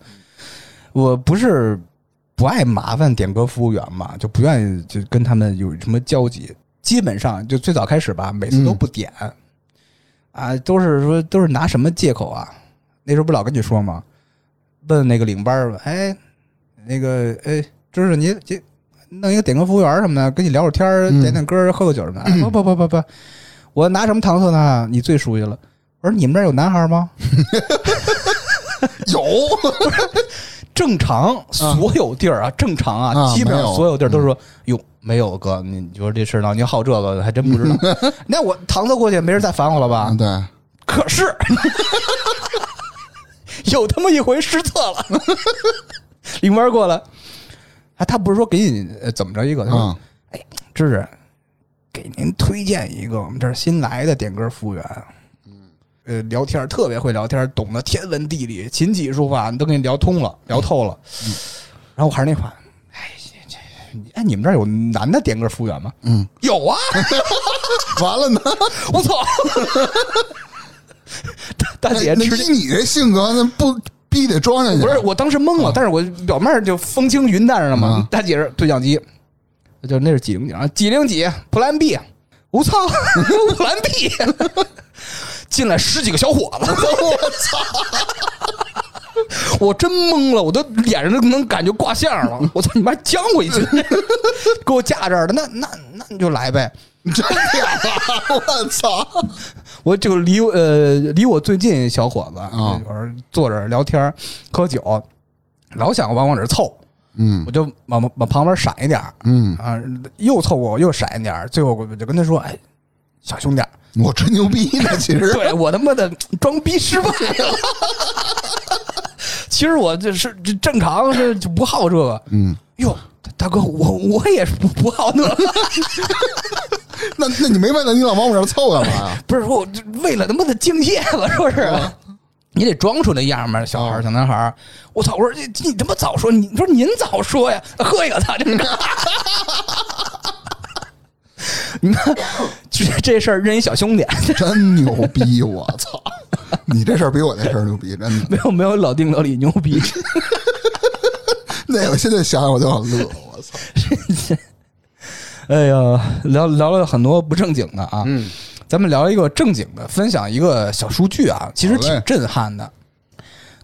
Speaker 4: 我不是不爱麻烦点歌服务员嘛，就不愿意就跟他们有什么交集。基本上就最早开始吧，每次都不点，啊，都是说都是拿什么借口啊？那时候不老跟你说吗？问那个领班儿吧，哎，那个哎，就是你这弄一个点歌服务员什么的，跟你聊会儿天儿，
Speaker 1: 嗯
Speaker 4: 点点歌儿，喝个酒什么的。哎不不不不不，我拿什么搪塞呢？你最熟悉了。我说你们这儿有男孩吗？
Speaker 1: 有
Speaker 4: 正常所有地儿啊，正常
Speaker 1: 啊
Speaker 4: 啊，基本
Speaker 1: 没
Speaker 4: 上
Speaker 1: 有
Speaker 4: 所有地儿都是说，哟，没有嗯哥，你你说这事儿闹，你好这个，还真不知 [laughs] 道。那我搪塞过去，没人再烦我了吧
Speaker 1: 嗯，？对。
Speaker 4: 可是 [laughs] 有他妈一回失策了，领班过来，啊，他不是说给你呃怎么着一个，他说、
Speaker 1: 嗯
Speaker 4: 哎，芝芝，给您推荐一个我们这儿新来的点歌服务员，嗯，呃，聊天儿特别会聊天儿，懂得天文地理、琴棋书画，都给你聊通
Speaker 1: 嗯
Speaker 4: 了，聊透了。然后我还是那话，哎，这这，哎，你们这儿有男的点歌服务员吗？嗯，有啊。
Speaker 1: 完了呢，
Speaker 4: 我
Speaker 1: [laughs]
Speaker 4: 操！大大姐
Speaker 1: 那
Speaker 4: 吃
Speaker 1: 那以你这性格，那不必得装下去？
Speaker 4: 不是，我当时懵了，但是我表面就风轻云淡了嘛。
Speaker 1: 嗯
Speaker 4: 大姐是对讲机，就那是几零几啊？几零几？Plan B，我操 [laughs] ，Plan B，进来十几个小伙子，我操！我真懵了，我都脸上都能感觉挂相了。我操，你妈将我一军，给我架这儿了，那那那你就来呗。
Speaker 1: 真假的，我操！
Speaker 4: 我就离我呃离我最近一小伙子，
Speaker 1: 啊
Speaker 4: 有时候坐着聊天儿喝酒，老想往我这儿凑，
Speaker 1: 嗯
Speaker 4: 我就往往旁边闪一点儿
Speaker 1: 嗯，
Speaker 4: 啊，又凑过又闪一点儿，最后我就跟他说：“哎，小兄弟
Speaker 1: [laughs]
Speaker 4: 儿，
Speaker 1: 我吹牛逼呢，其实
Speaker 4: 对我他妈的装逼失败了。 [laughs] 其实我这是这正常是就不好这个，
Speaker 1: 嗯，
Speaker 4: 哟，大哥，我我也是不不好那个。”
Speaker 1: 那那你没办法，你老往我这儿凑干嘛
Speaker 4: [laughs]
Speaker 1: 呀？
Speaker 4: 不是说我这为了他妈的敬业吧，嗯说是。你得装出那样嘛，小孩儿、小男孩儿。我操！我说这你他妈早说，你你说您早说呀， [laughs] 喝一个操！真是 [laughs] 你看这这事儿认一小兄弟， [laughs]
Speaker 1: 真牛逼，我操！ [laughs] 你这事儿比我那事儿牛逼，真的。
Speaker 4: 没有没有老丁老李牛逼，
Speaker 1: 那我现在想想我都想乐，我操！
Speaker 4: 哎呀，聊聊了很多不正经的啊。嗯，咱们聊一个正经的，分享一个小数据啊，其实
Speaker 1: 好嘞
Speaker 4: 挺震撼的。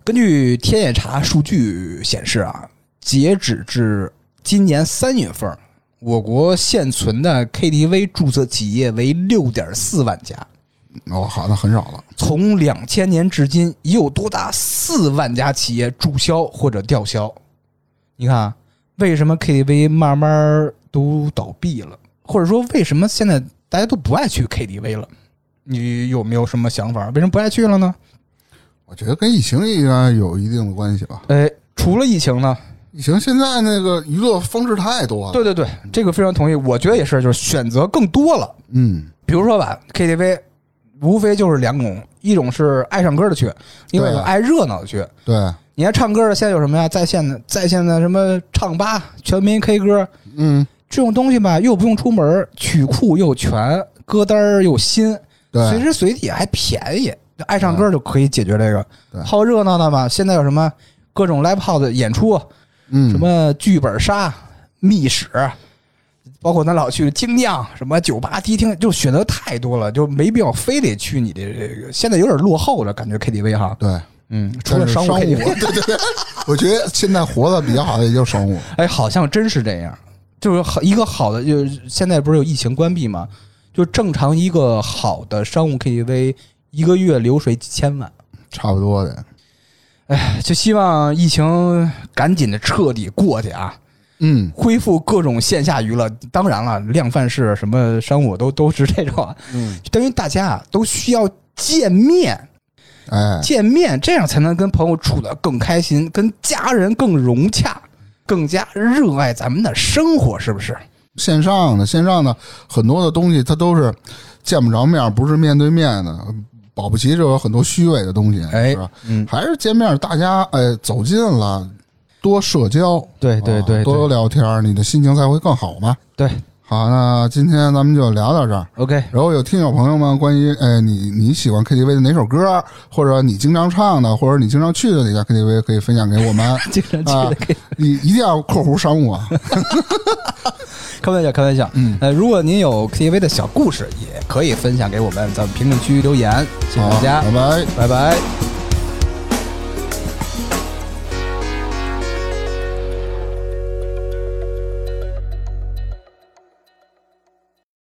Speaker 4: 根据天眼查数据显示啊，截止至今年三月份，我国现存的 KTV 注册企业为六点四万家。
Speaker 1: 哦，好，那很少了。
Speaker 4: 从两千年至今，已有多达四万家企业注销或者吊销。你看啊，为什么 KTV 慢慢都倒闭了，或者说为什么现在大家都不爱去 KTV 了？你有没有什么想法？为什么不爱去了呢？
Speaker 1: 我觉得跟疫情应该有一定的关系吧。
Speaker 4: 哎，除了疫情呢？
Speaker 1: 疫情现在那个娱乐方式太多了。
Speaker 4: 对，对对，这个非常同意。我觉得也是，就是选择更多了。
Speaker 1: 嗯，
Speaker 4: 比如说吧，KTV 无非就是两种，一种是爱唱歌的去，另外一
Speaker 1: 对
Speaker 4: 种爱热闹的去。
Speaker 1: 对，
Speaker 4: 你还唱歌的，现在有什么呀？在线的，在线的什么唱吧、全民 K 歌
Speaker 1: 嗯，
Speaker 4: 这种东西吧，又不用出门，曲库又全，歌单儿又新，
Speaker 1: 对，
Speaker 4: 随时随地还便宜。爱唱歌就可以解决这
Speaker 1: 对
Speaker 4: 个。好热闹的嘛，现在有什么各种 live house 的演出，
Speaker 1: 嗯，
Speaker 4: 什么剧本杀、密室，包括咱老去精酿、什么酒吧、迪厅，就选择太多了，就没必要非得去你这这个。现在有点落后了，感觉 KTV 哈，
Speaker 1: 对。
Speaker 4: 嗯，除了商
Speaker 1: 商啊
Speaker 4: 务 [laughs] KTV，
Speaker 1: 对对对，我觉得现在活的比较好的也就商务。
Speaker 4: 哎，好像真是这样。就是好一个好的，就是现在不是有疫情关闭吗？就正常一个好的商务 KTV，一个月流水几千万。
Speaker 1: 差不多的。
Speaker 4: 就希望疫情赶紧的彻底过去啊，
Speaker 1: 嗯
Speaker 4: 恢复各种线下娱乐。当然了，量贩式什么商务都都是这种啊，
Speaker 1: 嗯，
Speaker 4: 就等于大家啊都需要见面，
Speaker 1: 哎，
Speaker 4: 见面这样才能跟朋友处得更开心，跟家人更融洽，更加热爱咱们的生活，是不是？
Speaker 1: 线上的线上的很多的东西，它都是见不着面，不是面对面的，保不齐就有很多虚伪的东西，
Speaker 4: 哎
Speaker 1: 是吧？
Speaker 4: 嗯，
Speaker 1: 还是见面，大家哎走近了，多社交，
Speaker 4: 对
Speaker 1: 啊多聊天，你的心情才会更好嘛。
Speaker 4: 对
Speaker 1: 好，那今天咱们就聊到这儿。
Speaker 4: ，OK，
Speaker 1: 然后有听友朋友们关于，哎，你你喜欢 KTV 的哪首歌，啊或者你经常唱的，或者你经常去的哪家 KTV，可以分享给我们。
Speaker 4: [laughs] [laughs] 经常
Speaker 1: 啊，你一定要括弧商务啊，
Speaker 4: 开玩笑，开玩笑。嗯，呃，如果您有 KTV 的小故事，也可以分享给我们，在评论区留言。谢谢大家，
Speaker 1: 好拜拜。
Speaker 4: 拜拜。